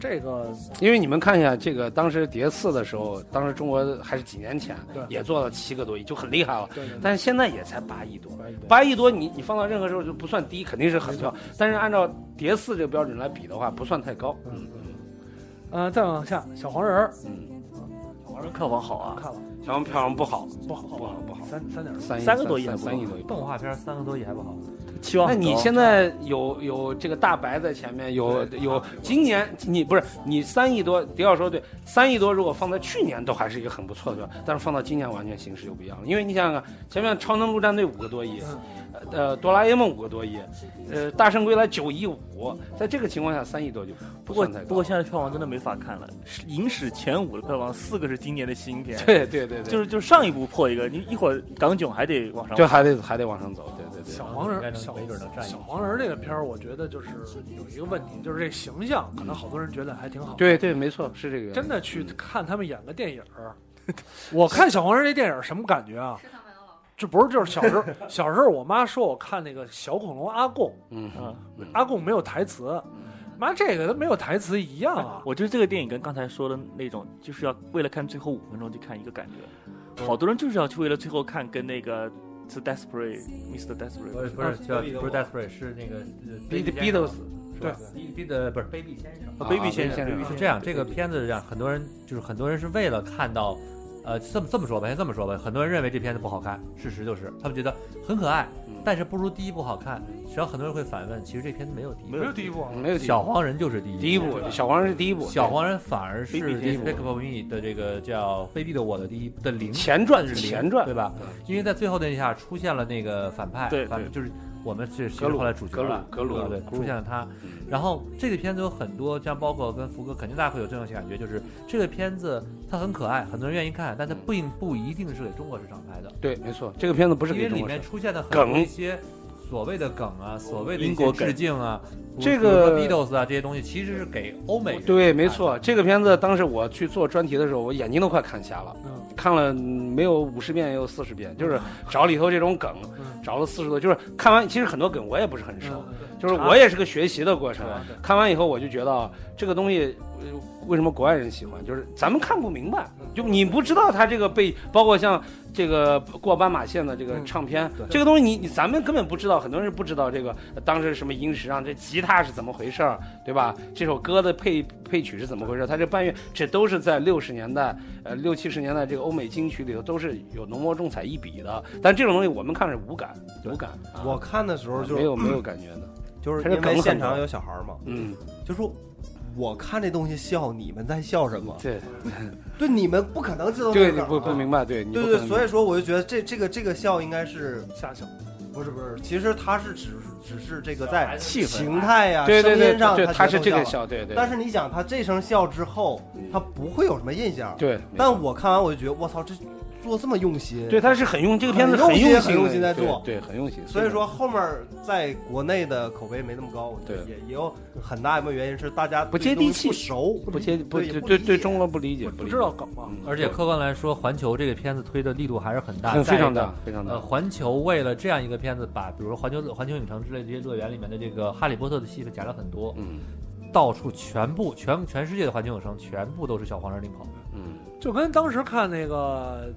[SPEAKER 1] 这个
[SPEAKER 2] 因为你们看一下，这个当时叠四的时候，当时中国还是几年前
[SPEAKER 1] 对，
[SPEAKER 2] 也做了七个多亿，就很厉害了。
[SPEAKER 1] 对对对
[SPEAKER 2] 但是现在也才八亿多，八亿多你你放到任何时候就不算低，肯定是很高。但是按照叠四这个标准来比的话，不算太高。嗯，
[SPEAKER 1] 呃，再往下，小黄人儿，
[SPEAKER 4] 小黄人票房好啊，
[SPEAKER 1] 看了
[SPEAKER 2] 小黄票房不好，
[SPEAKER 1] 不好不好不好，三三点儿
[SPEAKER 2] 三亿
[SPEAKER 4] 三个多亿还不
[SPEAKER 2] 三亿
[SPEAKER 4] 好
[SPEAKER 2] 多亿。
[SPEAKER 6] 动画片三个多亿还不好，
[SPEAKER 4] 期望
[SPEAKER 2] 那
[SPEAKER 4] 很高。啊
[SPEAKER 2] 你现在有有这个大白在前面，有有今年你不是你三亿多，迪奥说对，三亿多如果放在去年都还是一个很不错的，但是放到今年完全形势就不一样了。因为你想想看，前面超能陆战队五个多亿，
[SPEAKER 4] 嗯
[SPEAKER 2] 呃，哆啦 A 梦五个多亿，呃，大圣归来九亿五，在这个情况下三亿多就不
[SPEAKER 4] 不过
[SPEAKER 2] 算太高。
[SPEAKER 4] 不过现在票房真的没法看了，是影史前五的票房四个是今年的新片，
[SPEAKER 2] 对对对对，
[SPEAKER 4] 就是就是上一部破一个，你一会儿港囧还得往上，
[SPEAKER 2] 就还得还得往上走，对对对。
[SPEAKER 1] 小黄人
[SPEAKER 6] 应该
[SPEAKER 1] 儿，
[SPEAKER 6] 能
[SPEAKER 1] 小
[SPEAKER 6] 没准能占一
[SPEAKER 1] 小
[SPEAKER 6] 个。
[SPEAKER 1] 黄人儿这个片儿，我觉得就是有一个问题，就是这形象，可能好多人觉得还挺好。
[SPEAKER 2] 对对，没错，是这个。
[SPEAKER 1] 真的
[SPEAKER 2] 嗯
[SPEAKER 1] 去看他们演个电影
[SPEAKER 2] [LAUGHS]
[SPEAKER 1] 儿。我看小黄人这电影儿什么感觉啊？这不是就是小时候小时候，我妈说我看那个小恐龙阿贡，
[SPEAKER 2] 嗯，
[SPEAKER 1] 阿贡没有台词，妈这个都没有台词一样啊。
[SPEAKER 4] 哎我觉得这个电影跟刚才说的那种，就是要为了看最后五分钟去看一个感
[SPEAKER 2] 嗯
[SPEAKER 4] 觉，好多人就是要去为了最后看，跟那个 The Desperate Mr.
[SPEAKER 6] 不
[SPEAKER 4] Desperate
[SPEAKER 6] 是不是叫
[SPEAKER 8] 逼得
[SPEAKER 6] 不
[SPEAKER 8] 我
[SPEAKER 6] 是 Desperate，是那个
[SPEAKER 2] Beat- Beatles，
[SPEAKER 1] 对
[SPEAKER 6] 逼的不是卑鄙先生。
[SPEAKER 4] 啊 Baby 先
[SPEAKER 2] 先
[SPEAKER 4] 生
[SPEAKER 2] 生
[SPEAKER 4] ，Baby
[SPEAKER 6] 是
[SPEAKER 4] 先
[SPEAKER 6] 这样，这个片子让很多人就是很多人是为了看到，呃，这么这么说吧，先这么说吧，很多人认为这片子不好看，事实就是他们觉得很可爱，但是不如第一部好看。实际上很多人会反问，其实这片子没有第一
[SPEAKER 4] 没
[SPEAKER 6] 部，
[SPEAKER 4] 有
[SPEAKER 1] 第一部
[SPEAKER 2] 没有第一啊
[SPEAKER 6] 小
[SPEAKER 2] 步
[SPEAKER 6] 黄人就是第一部，
[SPEAKER 2] 第一步，小黄人是第一步，
[SPEAKER 6] 小黄人反而是
[SPEAKER 4] 卑鄙
[SPEAKER 6] 《
[SPEAKER 4] 第一部
[SPEAKER 6] Despicable Me》的这个叫《卑鄙的我》的第一的零
[SPEAKER 2] 前传
[SPEAKER 6] 是零
[SPEAKER 2] 前传
[SPEAKER 6] 对吧？因为在最后那一下出现了那个反派，
[SPEAKER 4] 对
[SPEAKER 6] 反
[SPEAKER 4] 对
[SPEAKER 6] 就是我们是
[SPEAKER 2] 格鲁
[SPEAKER 6] 后来主角了，
[SPEAKER 2] 格鲁格鲁
[SPEAKER 6] 对，
[SPEAKER 2] 格鲁
[SPEAKER 6] 出现了他。然后这个片子有很多，像包括跟福哥，肯定大家会有这种感觉，就是这个片子它很可爱，很多人愿意看，
[SPEAKER 2] 嗯
[SPEAKER 6] 但它并不一定是给中国市场拍的，
[SPEAKER 2] 对，没错，这个片子不是
[SPEAKER 6] 因
[SPEAKER 2] 给
[SPEAKER 6] 为
[SPEAKER 2] 中
[SPEAKER 6] 里
[SPEAKER 2] 国人
[SPEAKER 6] 面。出现的很
[SPEAKER 2] 梗
[SPEAKER 6] 多一些。所谓的梗啊，所谓的一
[SPEAKER 4] 英
[SPEAKER 6] 些
[SPEAKER 4] 国梗
[SPEAKER 6] 致敬啊，
[SPEAKER 2] 这个
[SPEAKER 6] b e a t l e s 啊这些东西，其实是给欧美人
[SPEAKER 2] 对，没
[SPEAKER 6] 看的
[SPEAKER 2] 错，这个片子当时我去做专题的时候，我眼睛都快看瞎了，
[SPEAKER 1] 嗯
[SPEAKER 2] 看了没有五十遍也有四十遍，
[SPEAKER 6] 嗯
[SPEAKER 2] 就是找里头这种梗，
[SPEAKER 1] 嗯
[SPEAKER 2] 找了四十多，就是看完其实很多梗我也不是很熟，
[SPEAKER 1] 嗯嗯
[SPEAKER 2] 就是我也是个学习的过程
[SPEAKER 1] 查对。
[SPEAKER 2] 看完以后我就觉得啊这个东西呃为什么国外人喜欢，就是咱们看不明白，
[SPEAKER 8] 嗯
[SPEAKER 2] 就你不知道他这个被包括像这个过斑马线的这个
[SPEAKER 1] 嗯
[SPEAKER 2] 唱片
[SPEAKER 1] 对，
[SPEAKER 2] 这个东西你你咱们根本不知道，很多人不知道这个呃当时什么音时啊，这吉他是怎么回事儿，对吧？这首歌的配配曲是怎么回事儿？它这伴乐这都是在六十年代呃六七十年代这个欧美金曲里头都是有浓墨重彩一笔的，但这种东西我们看是无感无感，啊
[SPEAKER 8] 我看的时候就
[SPEAKER 2] 没
[SPEAKER 8] 是
[SPEAKER 2] 有没有感觉的，
[SPEAKER 8] 就是
[SPEAKER 2] 它是
[SPEAKER 8] 因
[SPEAKER 2] 梗
[SPEAKER 8] 为
[SPEAKER 2] 很
[SPEAKER 8] 现
[SPEAKER 2] 多
[SPEAKER 8] 场有小孩儿嘛，
[SPEAKER 2] 嗯。
[SPEAKER 8] 就说我看这东西笑，你们在笑什么？
[SPEAKER 2] 对
[SPEAKER 8] 对，你们不可能知道这个
[SPEAKER 2] 对，你
[SPEAKER 8] 梗啊
[SPEAKER 2] 不不明白，对，你
[SPEAKER 8] 对
[SPEAKER 2] 不
[SPEAKER 8] 对
[SPEAKER 2] 可，能
[SPEAKER 8] 所以说我就觉得这这个这个笑应该是
[SPEAKER 1] 下小
[SPEAKER 8] 不是不是，其实它是只只是这个在
[SPEAKER 2] 气
[SPEAKER 6] 啊
[SPEAKER 2] 氛
[SPEAKER 8] 形态呀、
[SPEAKER 2] 对对
[SPEAKER 8] 声音
[SPEAKER 2] 对
[SPEAKER 8] 上
[SPEAKER 2] 对，
[SPEAKER 8] 它
[SPEAKER 2] 他是这个
[SPEAKER 8] 笑了。
[SPEAKER 2] 笑，对对，
[SPEAKER 8] 但是你想，他这声笑之后，他不会有什么印象。，
[SPEAKER 2] 对，
[SPEAKER 8] 但我看完我就觉得，我操，这做这么用心。
[SPEAKER 2] 对，他是很用这个片子
[SPEAKER 8] 很用心
[SPEAKER 2] 用
[SPEAKER 8] 很用心
[SPEAKER 2] 的
[SPEAKER 8] 在做
[SPEAKER 2] 对，对很用心。
[SPEAKER 8] 所以说后面在国内的口碑没那么高，我觉得
[SPEAKER 2] 对
[SPEAKER 8] 也也有很大一部分原因是大家
[SPEAKER 2] 不
[SPEAKER 8] 对这
[SPEAKER 2] 接地
[SPEAKER 8] 东西
[SPEAKER 2] 气
[SPEAKER 8] 不熟，
[SPEAKER 2] 不接不
[SPEAKER 8] 对也
[SPEAKER 2] 对
[SPEAKER 8] 不
[SPEAKER 2] 对
[SPEAKER 8] 理
[SPEAKER 2] 对
[SPEAKER 8] 解
[SPEAKER 2] 中国不理解，
[SPEAKER 1] 不
[SPEAKER 2] 理
[SPEAKER 1] 知
[SPEAKER 2] 解
[SPEAKER 1] 道梗啊。
[SPEAKER 2] 嗯
[SPEAKER 6] 而且客观来说，环球这个片子推的力度还是很大，
[SPEAKER 2] 很非常
[SPEAKER 6] 再一
[SPEAKER 2] 大
[SPEAKER 6] 个。，
[SPEAKER 2] 非常
[SPEAKER 6] 呃，
[SPEAKER 2] 大。
[SPEAKER 6] 环球为了这样一个片子，把比如说环球环球影城之类这些乐园里面的这个《哈利波特》的戏份加了很多，
[SPEAKER 2] 嗯
[SPEAKER 6] 到处全部全全世界的环球影城全部都是小黄人领跑。
[SPEAKER 2] 嗯，
[SPEAKER 1] 就跟当时看那个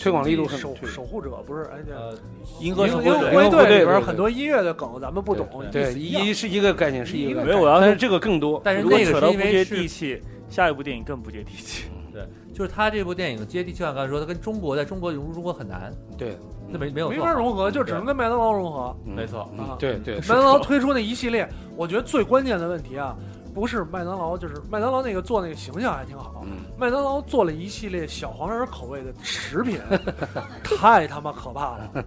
[SPEAKER 2] 推广力度很
[SPEAKER 1] 守
[SPEAKER 2] 对
[SPEAKER 1] 守护者不是？哎，
[SPEAKER 6] 呃，
[SPEAKER 2] 嗯银河守护者
[SPEAKER 1] 银河护
[SPEAKER 2] 银河护
[SPEAKER 1] 卫
[SPEAKER 2] 卫
[SPEAKER 1] 队
[SPEAKER 2] 队
[SPEAKER 1] 里边
[SPEAKER 2] 对
[SPEAKER 1] 很多音乐的梗咱们不懂，
[SPEAKER 2] 对，
[SPEAKER 1] 意思
[SPEAKER 2] 一是一个概念，是一个概念。
[SPEAKER 4] 没有我要
[SPEAKER 2] 但是这个更多。
[SPEAKER 6] 但是
[SPEAKER 4] 如果
[SPEAKER 6] 那个
[SPEAKER 4] 扯
[SPEAKER 6] 是
[SPEAKER 4] 到
[SPEAKER 6] 因
[SPEAKER 4] 不
[SPEAKER 6] 为
[SPEAKER 4] 接
[SPEAKER 6] 是
[SPEAKER 4] 地气，下一部电影更不接地气。
[SPEAKER 6] 对，就是他这部电影接地气，像刚才说，他跟中国在中国融入中国很难，
[SPEAKER 2] 对，
[SPEAKER 6] 那没没有
[SPEAKER 1] 没
[SPEAKER 6] 做
[SPEAKER 1] 法
[SPEAKER 6] 好
[SPEAKER 1] 融合，就只能跟麦当劳融合。
[SPEAKER 6] 没错，
[SPEAKER 1] 啊
[SPEAKER 2] 对对，
[SPEAKER 1] 麦当劳推出那一系列，我觉得最关键的问题啊，不是麦当劳，就是麦当劳那个做那个形象还挺好。麦当劳做了一系列小黄人口味的食品，太他妈可怕了。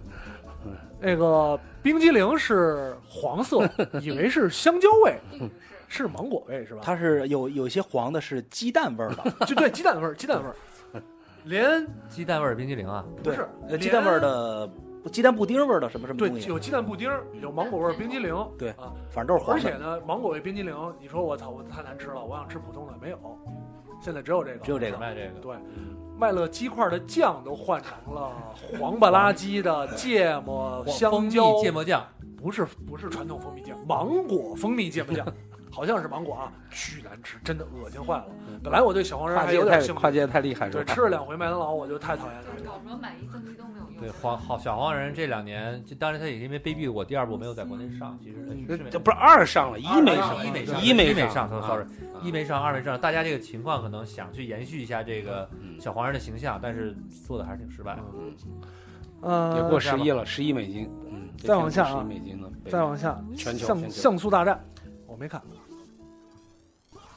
[SPEAKER 1] 那个冰激凌是黄色，以为是香蕉味，是芒果味是吧？
[SPEAKER 5] 它是有有些黄的是鸡蛋味儿
[SPEAKER 8] [LAUGHS]
[SPEAKER 5] 的，
[SPEAKER 1] 就对鸡蛋味儿，鸡蛋味儿，连
[SPEAKER 6] 鸡蛋味儿冰激凌啊，
[SPEAKER 5] 对，
[SPEAKER 1] 是
[SPEAKER 5] 呃鸡蛋味儿的，鸡蛋布丁味儿的什么什么
[SPEAKER 1] 对
[SPEAKER 5] 东西，
[SPEAKER 1] 有鸡蛋布丁儿，有芒果味儿冰激凌，
[SPEAKER 5] 对
[SPEAKER 1] 啊，
[SPEAKER 5] 反正都是
[SPEAKER 1] 而
[SPEAKER 5] 黄
[SPEAKER 1] 且
[SPEAKER 5] 的，
[SPEAKER 1] 呢，芒果味冰激凌，你说我操，我太难吃了，我想吃普通的，没有，现在只有这个，
[SPEAKER 5] 只有这
[SPEAKER 6] 只
[SPEAKER 5] 个。
[SPEAKER 6] 卖这个。
[SPEAKER 1] 对，麦乐鸡块的酱都换成了黄不拉几的芥末香
[SPEAKER 6] 蜂蜜
[SPEAKER 1] 蕉
[SPEAKER 6] 芥末酱，
[SPEAKER 1] 不是不是传统蜂蜜酱，芒果蜂蜜芥末酱，好像是芒果啊，巨难吃，真的恶心坏了。本来我对小黄人
[SPEAKER 2] 跨
[SPEAKER 1] 还
[SPEAKER 2] 界
[SPEAKER 1] 有点
[SPEAKER 2] 太
[SPEAKER 1] 兴
[SPEAKER 2] 跨
[SPEAKER 1] 趣，
[SPEAKER 2] 界太厉害是
[SPEAKER 1] 对，
[SPEAKER 2] 吧？
[SPEAKER 1] 吃了两回麦当劳我就太讨厌它了。
[SPEAKER 3] 找不着买一赠一都没有用。
[SPEAKER 6] 对黄好小黄人这两年，就当然他也因为卑鄙我第二部没有在国内上，其实
[SPEAKER 2] 这
[SPEAKER 8] 嗯
[SPEAKER 6] 是没
[SPEAKER 2] 这不是二上了，啊一没上，
[SPEAKER 6] 一没上，
[SPEAKER 2] 上，
[SPEAKER 6] 一
[SPEAKER 2] 一没
[SPEAKER 6] 没上
[SPEAKER 2] 啊
[SPEAKER 6] ，sorry，一没上，二没上，大家这个情况可能想去延续一下这个
[SPEAKER 2] 嗯
[SPEAKER 6] 小黄人的形象，但是做的还是挺失败的。
[SPEAKER 1] 嗯
[SPEAKER 2] 也过十一了，十亿美金，嗯，
[SPEAKER 1] 再往下啊
[SPEAKER 2] 十亿美金了，北美
[SPEAKER 1] 再往下，
[SPEAKER 2] 全球
[SPEAKER 1] 像
[SPEAKER 2] 全球
[SPEAKER 1] 像素大战，我没看，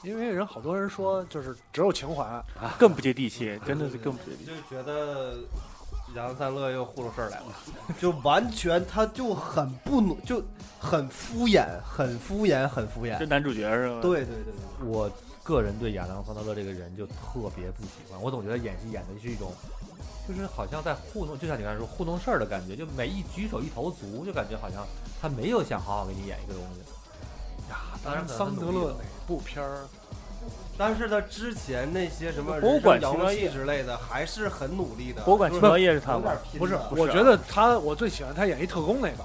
[SPEAKER 1] 因为人好多人说就是只有情怀，
[SPEAKER 2] 啊
[SPEAKER 4] 更不接地气，真的是更不接
[SPEAKER 2] [LAUGHS]
[SPEAKER 4] 地气。
[SPEAKER 8] 就觉得杨三乐又糊弄事儿来了，就完全他就很不努，就很敷衍，很敷衍，很敷衍
[SPEAKER 4] 这。男主角是吧？，
[SPEAKER 8] 对对对对，
[SPEAKER 6] 我个人对亚当·桑德勒这个人就特别不喜欢，我总觉得演戏演的是一种，就是好像在糊弄，就像你刚才说糊弄事儿的感觉，就每一举手一投足，就感觉好像他没有想好好给你演一个东西。呀，当然
[SPEAKER 1] 桑德勒哪部片儿
[SPEAKER 8] 但是他之前那些什么
[SPEAKER 4] 博物馆
[SPEAKER 8] 人生
[SPEAKER 4] 情
[SPEAKER 8] 摇
[SPEAKER 4] 报
[SPEAKER 8] 戏
[SPEAKER 4] 业
[SPEAKER 8] 之类的，还是很努力的。
[SPEAKER 4] 博物馆
[SPEAKER 8] 就
[SPEAKER 4] 奇
[SPEAKER 8] 是
[SPEAKER 4] 妙夜是他
[SPEAKER 8] 有点
[SPEAKER 4] 吗？
[SPEAKER 8] 拼的
[SPEAKER 1] 不是，
[SPEAKER 4] 不
[SPEAKER 1] 我
[SPEAKER 4] 是
[SPEAKER 1] 觉得他我最喜欢他演一特工那个，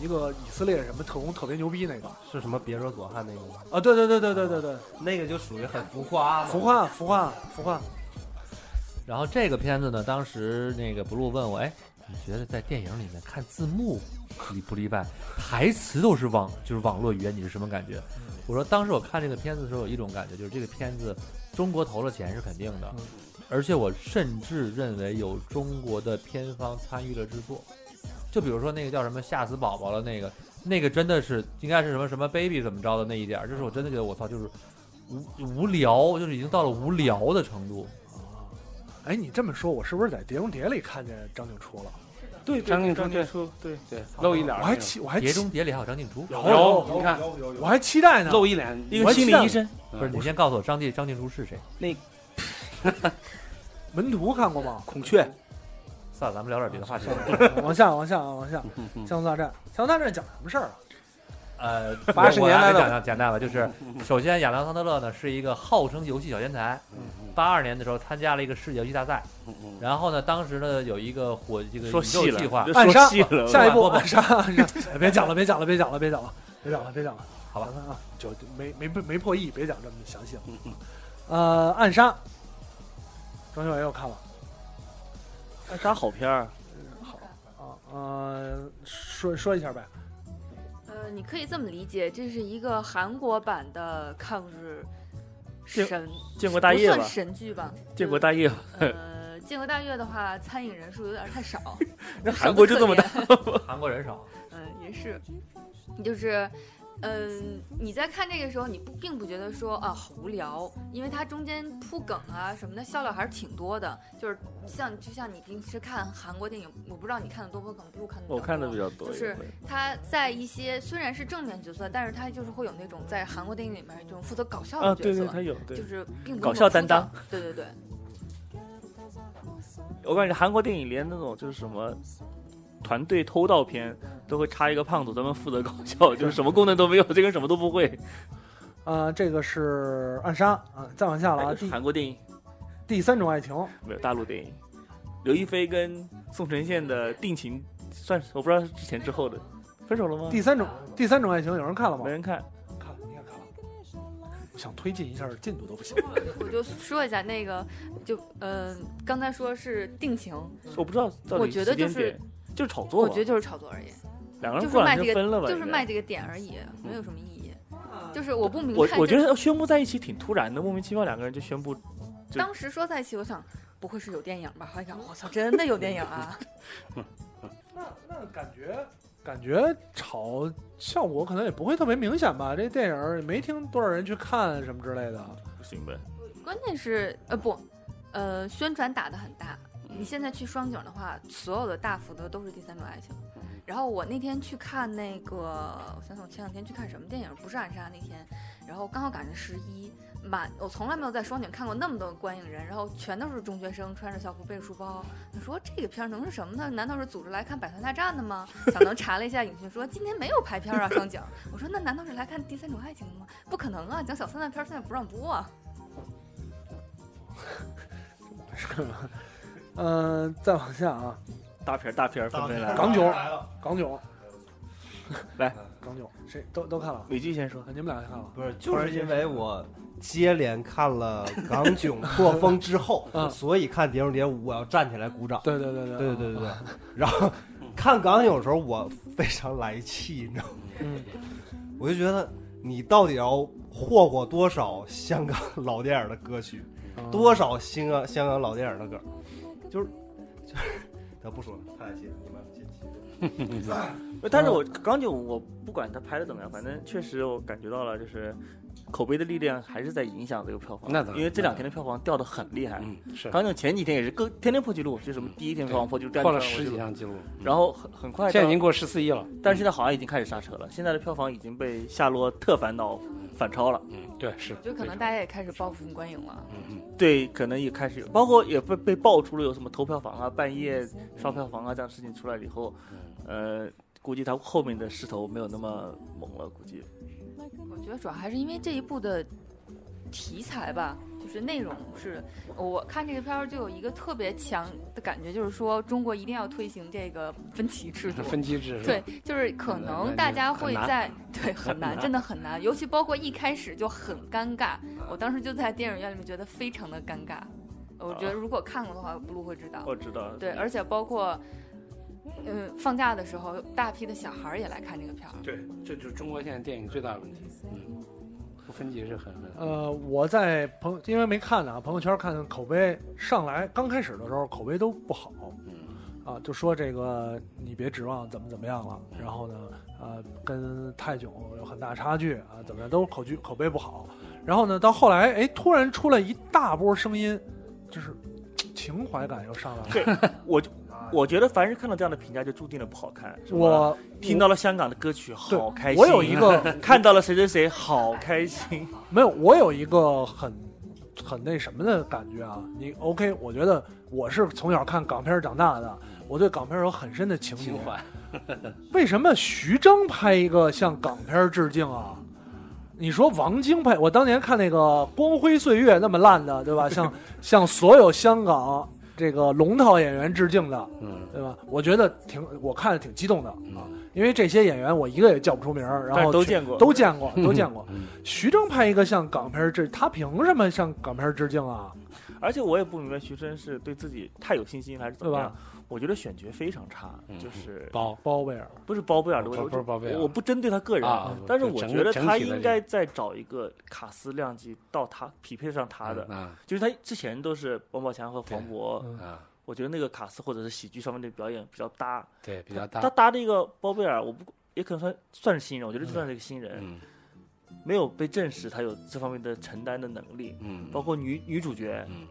[SPEAKER 1] 一个以色列什么特工特别牛逼那个
[SPEAKER 8] 是什么？别惹左汉那个吗？
[SPEAKER 1] 啊，对对对对对对对，
[SPEAKER 8] 那个就属于很浮夸嘛，
[SPEAKER 1] 浮夸浮夸浮夸，
[SPEAKER 6] 然后这个片子呢，当时那个 blue 问我，哎，你觉得在电影里面看字幕你不例外，台词都是网就是网络语言，你是什么感觉？我说当时我看这个片子的时候有一种感觉，就是这个片子中国投了钱是肯定的，而且我甚至认为有中国的片方参与了制作。就比如说那个叫什么吓死宝宝了那个，那个真的是应该是什么什么 baby 怎么着的那一点儿，就是我真的觉得我操，就是无无聊，就是已经到了无聊的程度。
[SPEAKER 1] 哎，你这么说，我是不是在《碟中谍》里看见张静初了？
[SPEAKER 4] 对，
[SPEAKER 2] 张静初对
[SPEAKER 4] 初，对，
[SPEAKER 2] 对，露一脸儿
[SPEAKER 1] 我
[SPEAKER 2] 那
[SPEAKER 1] 还
[SPEAKER 2] 种，
[SPEAKER 1] 期我还
[SPEAKER 6] 碟
[SPEAKER 1] 期
[SPEAKER 6] 中谍里还有张静初，
[SPEAKER 1] 哎有
[SPEAKER 2] 有，你看
[SPEAKER 1] 我还期待呢，
[SPEAKER 2] 露一脸，
[SPEAKER 4] 一个心理医生，
[SPEAKER 2] 嗯
[SPEAKER 6] 不是你先告诉我张静张静初是谁？
[SPEAKER 1] 门徒看过吗？ [LAUGHS]
[SPEAKER 5] 孔雀
[SPEAKER 6] 算了，咱们聊点别的话题。
[SPEAKER 1] 往下往下啊往下，
[SPEAKER 2] 嗯嗯
[SPEAKER 1] 《像素大战》《像素大战》讲什么事儿啊？
[SPEAKER 6] 呃，
[SPEAKER 2] 80
[SPEAKER 6] 我我
[SPEAKER 2] 年代
[SPEAKER 6] 来
[SPEAKER 2] 的
[SPEAKER 6] 讲讲简单吧，
[SPEAKER 2] 嗯
[SPEAKER 6] 就是首先亚当·桑德勒呢是一个号称游戏小天才，八二年的时候参加了一个世界游戏大赛，
[SPEAKER 2] 嗯嗯
[SPEAKER 6] 然后呢，当时呢有一个火这个宇宙
[SPEAKER 4] 说细了，
[SPEAKER 6] 计划
[SPEAKER 4] [LAUGHS] 就，
[SPEAKER 1] 暗
[SPEAKER 4] 说
[SPEAKER 1] 杀
[SPEAKER 4] 细了，
[SPEAKER 1] 下一
[SPEAKER 6] 不
[SPEAKER 1] 步
[SPEAKER 6] 不不
[SPEAKER 1] 暗 [LAUGHS] 杀，暗杀哎别讲了，别讲了，别讲了，别讲了，别讲了，别讲了，
[SPEAKER 6] 好吧
[SPEAKER 1] 咱们啊，就就没没没破译，别讲这么详细了。
[SPEAKER 2] 嗯嗯，
[SPEAKER 1] 呃，暗杀，张学友也有看了
[SPEAKER 4] 暗杀好片儿，
[SPEAKER 1] 啊，呃，说说一下呗，
[SPEAKER 3] 呃，你可以这么理解，这是一个韩国版的抗日
[SPEAKER 4] 建
[SPEAKER 3] 神，
[SPEAKER 4] 建国大业
[SPEAKER 3] 不
[SPEAKER 4] 吧
[SPEAKER 3] 算，神剧吧？
[SPEAKER 4] 建国大业吧，
[SPEAKER 3] 呃，建国大业的话，参影人数有点太少，
[SPEAKER 4] 那 [LAUGHS] 韩国就这么大
[SPEAKER 3] 大。
[SPEAKER 6] 韩国人少，
[SPEAKER 3] [LAUGHS] 嗯，也是，就是，嗯，你在看这个时候，你不并不觉得说啊好无聊，因为它中间铺梗啊什么的笑料还是挺多的。就是像就像你平时看韩国电影，我不知道你看的多不多，可能不看的。
[SPEAKER 4] 我看的比较多
[SPEAKER 3] 就
[SPEAKER 4] 一
[SPEAKER 3] 是
[SPEAKER 4] 点，
[SPEAKER 3] 他在一些虽然是正面角色，但是他就是会有那种在韩国电影里面这种负责搞笑
[SPEAKER 4] 啊，
[SPEAKER 3] 的
[SPEAKER 4] 对
[SPEAKER 3] 角色，
[SPEAKER 4] 对，他有，对
[SPEAKER 3] 就，是并不
[SPEAKER 4] 搞
[SPEAKER 3] 那么
[SPEAKER 4] 笑
[SPEAKER 3] 枯
[SPEAKER 4] 担
[SPEAKER 3] 燥
[SPEAKER 4] 当。
[SPEAKER 3] 对对对，
[SPEAKER 4] 我感觉韩国电影连那种就是什么团队偷盗片都会插一个胖子专门负责搞笑，就是什么功能都没有，这个人什么都不会。
[SPEAKER 1] 啊，这个是暗杀啊，再往下了
[SPEAKER 4] 那
[SPEAKER 1] 啊，
[SPEAKER 4] 个是
[SPEAKER 1] 第
[SPEAKER 4] 韩国电影
[SPEAKER 1] 第三种爱情，
[SPEAKER 4] 没有大陆电影，刘亦菲跟宋承宪的定情算是我不知道是之前之后的，分手了吗？
[SPEAKER 1] 第三种第三种爱情有人看了吗
[SPEAKER 4] 没？人看，
[SPEAKER 1] 看，你也看了。我想推进一下进度都不行。
[SPEAKER 3] 我就说一下那个，就呃，刚才说是定情，
[SPEAKER 4] 我不知道到底
[SPEAKER 3] 嗯我觉得就是
[SPEAKER 4] 时间点就是炒作
[SPEAKER 3] 我
[SPEAKER 4] 吧
[SPEAKER 3] 觉得就是炒作而已，
[SPEAKER 4] 两个人
[SPEAKER 3] 就是
[SPEAKER 4] 过
[SPEAKER 3] 卖
[SPEAKER 4] 两
[SPEAKER 3] 这
[SPEAKER 4] 天
[SPEAKER 3] 个
[SPEAKER 4] 分了吧，
[SPEAKER 3] 就是
[SPEAKER 4] 应该
[SPEAKER 3] 卖这个点而已，没有什么意义。就是我不明
[SPEAKER 4] 我
[SPEAKER 3] 白，
[SPEAKER 4] 我觉得宣布在一起挺突然的，莫名其妙两个人就宣布，就
[SPEAKER 3] 当时说在一起，我想不会是有电影吧？哎呀，我操，真的有电影啊！
[SPEAKER 1] 那感觉感觉炒效果可能也不会特别明显吧？这电影儿也没听多少人去看什么之类的。
[SPEAKER 4] 不行呗？
[SPEAKER 3] 关键是呃不，呃宣传打得很大。你现在去双井的话，所有的大幅的都是第三种爱情。然后我那天去看那个，我想想我前两天去看什么电影，不是暗杀那天，然后刚好赶上十一，满我从来没有在双井看过那么多观影人，然后全都是中学生，穿着校服背着书包。你说这个片儿能是什么呢？难道是组织来看《百团大战》的吗？小能查了一下影讯，说今天没有排片啊，双井。我说那难道是来看《第三种爱情》的吗？不可能啊，讲小三的片儿现在不让播、啊。
[SPEAKER 1] 是吗？嗯、再往下啊，
[SPEAKER 4] 大片儿大片儿纷纷来了，
[SPEAKER 1] 港囧，港囧，
[SPEAKER 4] 来
[SPEAKER 1] [LAUGHS] 港囧，谁都都看了？
[SPEAKER 4] 美剧先说，
[SPEAKER 1] 你们俩看了？
[SPEAKER 8] 不是，就是因为我接连看 [LAUGHS] 了港囧破风之后，所以看《碟中谍五》，我要站起来鼓掌。
[SPEAKER 1] 对对对对
[SPEAKER 8] 嗯对对对对。然后看港囧的时候，我非常来气，你知道吗？
[SPEAKER 1] 嗯，
[SPEAKER 8] 我就觉得你到底要霍霍多少香港老电影的歌曲，
[SPEAKER 1] 嗯
[SPEAKER 8] 多少新港香港老电影的歌，就是就是， [LAUGHS] 咱不说了，太来气了，你们进去。
[SPEAKER 4] 呃但
[SPEAKER 2] 嗯
[SPEAKER 4] 是我港囧，我不管他拍的怎么样，反正确实我感觉到了，就是口碑的力量还是在影响这个票房。
[SPEAKER 2] 那当然
[SPEAKER 4] 因为这两天的票房掉的很厉害。
[SPEAKER 2] 嗯是
[SPEAKER 4] 港囧前几天也是各天天破纪录，就什么第一天票房破纪录，第二
[SPEAKER 2] 破
[SPEAKER 4] 天
[SPEAKER 2] 了十
[SPEAKER 4] 票房破纪
[SPEAKER 2] 几
[SPEAKER 4] 录
[SPEAKER 2] 项记录，嗯
[SPEAKER 4] 然后很很快到，
[SPEAKER 2] 现在已经过14亿了
[SPEAKER 4] 但是现在好像已经开始刹车了。现在的票房已经被夏洛特烦恼反超了。
[SPEAKER 2] 嗯，对，是嗯
[SPEAKER 3] 我觉得可能大家也开始报复性观影了。
[SPEAKER 4] 对，可能也开始有，包括也被被爆出了有什么投票房啊、半夜刷票房啊这样的事情出来了以后，呃，估计他后面的势头没有那么猛了，估计。
[SPEAKER 3] 啊我觉得主要还是因为这一部的题材吧，就是内容是，我看这个片儿就有一个特别强的感觉，就是说中国一定要推行这个分级制度。
[SPEAKER 2] [LAUGHS] 嗯分级制是吧
[SPEAKER 3] 对，就是可
[SPEAKER 2] 很
[SPEAKER 3] 能
[SPEAKER 2] 难
[SPEAKER 3] 大家会
[SPEAKER 2] 很
[SPEAKER 3] 在
[SPEAKER 2] 难
[SPEAKER 3] 对很
[SPEAKER 2] 很
[SPEAKER 3] 难，
[SPEAKER 2] 难
[SPEAKER 3] 真的很难，尤其包括一开始就很尴尬，我当时就在电影院里面觉得非常的尴尬。我
[SPEAKER 2] 啊
[SPEAKER 3] 觉得如果看过的话，不录会知道。
[SPEAKER 2] 哦
[SPEAKER 4] 我知道。
[SPEAKER 3] 对，而且包括，嗯，放假的时候，大批的小孩儿也来看这个片儿。
[SPEAKER 2] 对，这就是中国现在电影最大的问题。嗯，不分级是很很
[SPEAKER 1] 呃，我在朋友因为没看呢啊，朋友圈看口碑上来，刚开始的时候口碑都不好，
[SPEAKER 2] 嗯
[SPEAKER 1] 啊，就说这个你别指望怎么怎么样了，
[SPEAKER 4] 嗯
[SPEAKER 1] 然后呢，呃，跟泰囧有很大差距啊，怎么样都口剧口碑不好，然后呢，到后来哎，突然出来一大波声音，就是嘖情怀感又上来
[SPEAKER 4] [LAUGHS]
[SPEAKER 1] 了，
[SPEAKER 4] 对，我就我觉得凡是看到这样的评价，就注定了不好看。是吧
[SPEAKER 1] 我
[SPEAKER 4] 听到了香港的歌曲，好开心。
[SPEAKER 1] 我有一个
[SPEAKER 4] [LAUGHS] 看到了谁谁谁，好开心。
[SPEAKER 1] 没有，我有一个很很那什么的感觉啊。你 OK？我觉得我是从小看港片长大的，我对港片有很深的情结。
[SPEAKER 2] 情怀。
[SPEAKER 1] 为什么徐峥拍一个向港片致敬啊？你说王晶拍，我当年看那个《光辉岁月》那么烂的，
[SPEAKER 4] [LAUGHS]
[SPEAKER 1] 对吧？向向所有香港这个龙套演员致敬的，
[SPEAKER 2] 嗯，
[SPEAKER 1] 对吧？我觉得挺，我看着挺激动的啊，因为这些演员我一个也叫不出名儿，然
[SPEAKER 4] 但
[SPEAKER 1] 后
[SPEAKER 4] 是都
[SPEAKER 1] 去
[SPEAKER 4] 见过
[SPEAKER 1] 都见过，
[SPEAKER 4] [LAUGHS]
[SPEAKER 1] 都见过。
[SPEAKER 2] 嗯
[SPEAKER 1] 徐峥拍一个向港片致，他凭什么向港片致敬啊？
[SPEAKER 4] 而且我也不明白徐峥是对自己太有信心还是怎么
[SPEAKER 1] 对
[SPEAKER 4] 样。我觉得选角非常差，
[SPEAKER 1] 嗯
[SPEAKER 4] 就是
[SPEAKER 2] 包
[SPEAKER 1] 包贝尔
[SPEAKER 4] 不是包贝尔的问题，
[SPEAKER 2] 哦不是包贝尔
[SPEAKER 4] 我不针对他个人
[SPEAKER 2] 啊
[SPEAKER 4] 但是
[SPEAKER 2] 就
[SPEAKER 4] 我
[SPEAKER 2] 整
[SPEAKER 4] 觉得
[SPEAKER 2] 整
[SPEAKER 4] 他
[SPEAKER 2] 体的
[SPEAKER 4] 应该再找一个卡斯量级到他匹配上他的，
[SPEAKER 2] 嗯啊
[SPEAKER 4] 就是他之前都是王宝强和黄渤，
[SPEAKER 2] 啊，
[SPEAKER 4] 我觉得那个卡斯或者是喜剧上面的表演比较搭，
[SPEAKER 2] 对，比较大
[SPEAKER 4] 他。搭这个包贝尔，我不也可能算算是新人，我觉得这算是一个新人，
[SPEAKER 2] 嗯
[SPEAKER 4] 没有被证实他有这方面的承担的能力，
[SPEAKER 2] 嗯，
[SPEAKER 4] 包括女女主角，
[SPEAKER 2] 嗯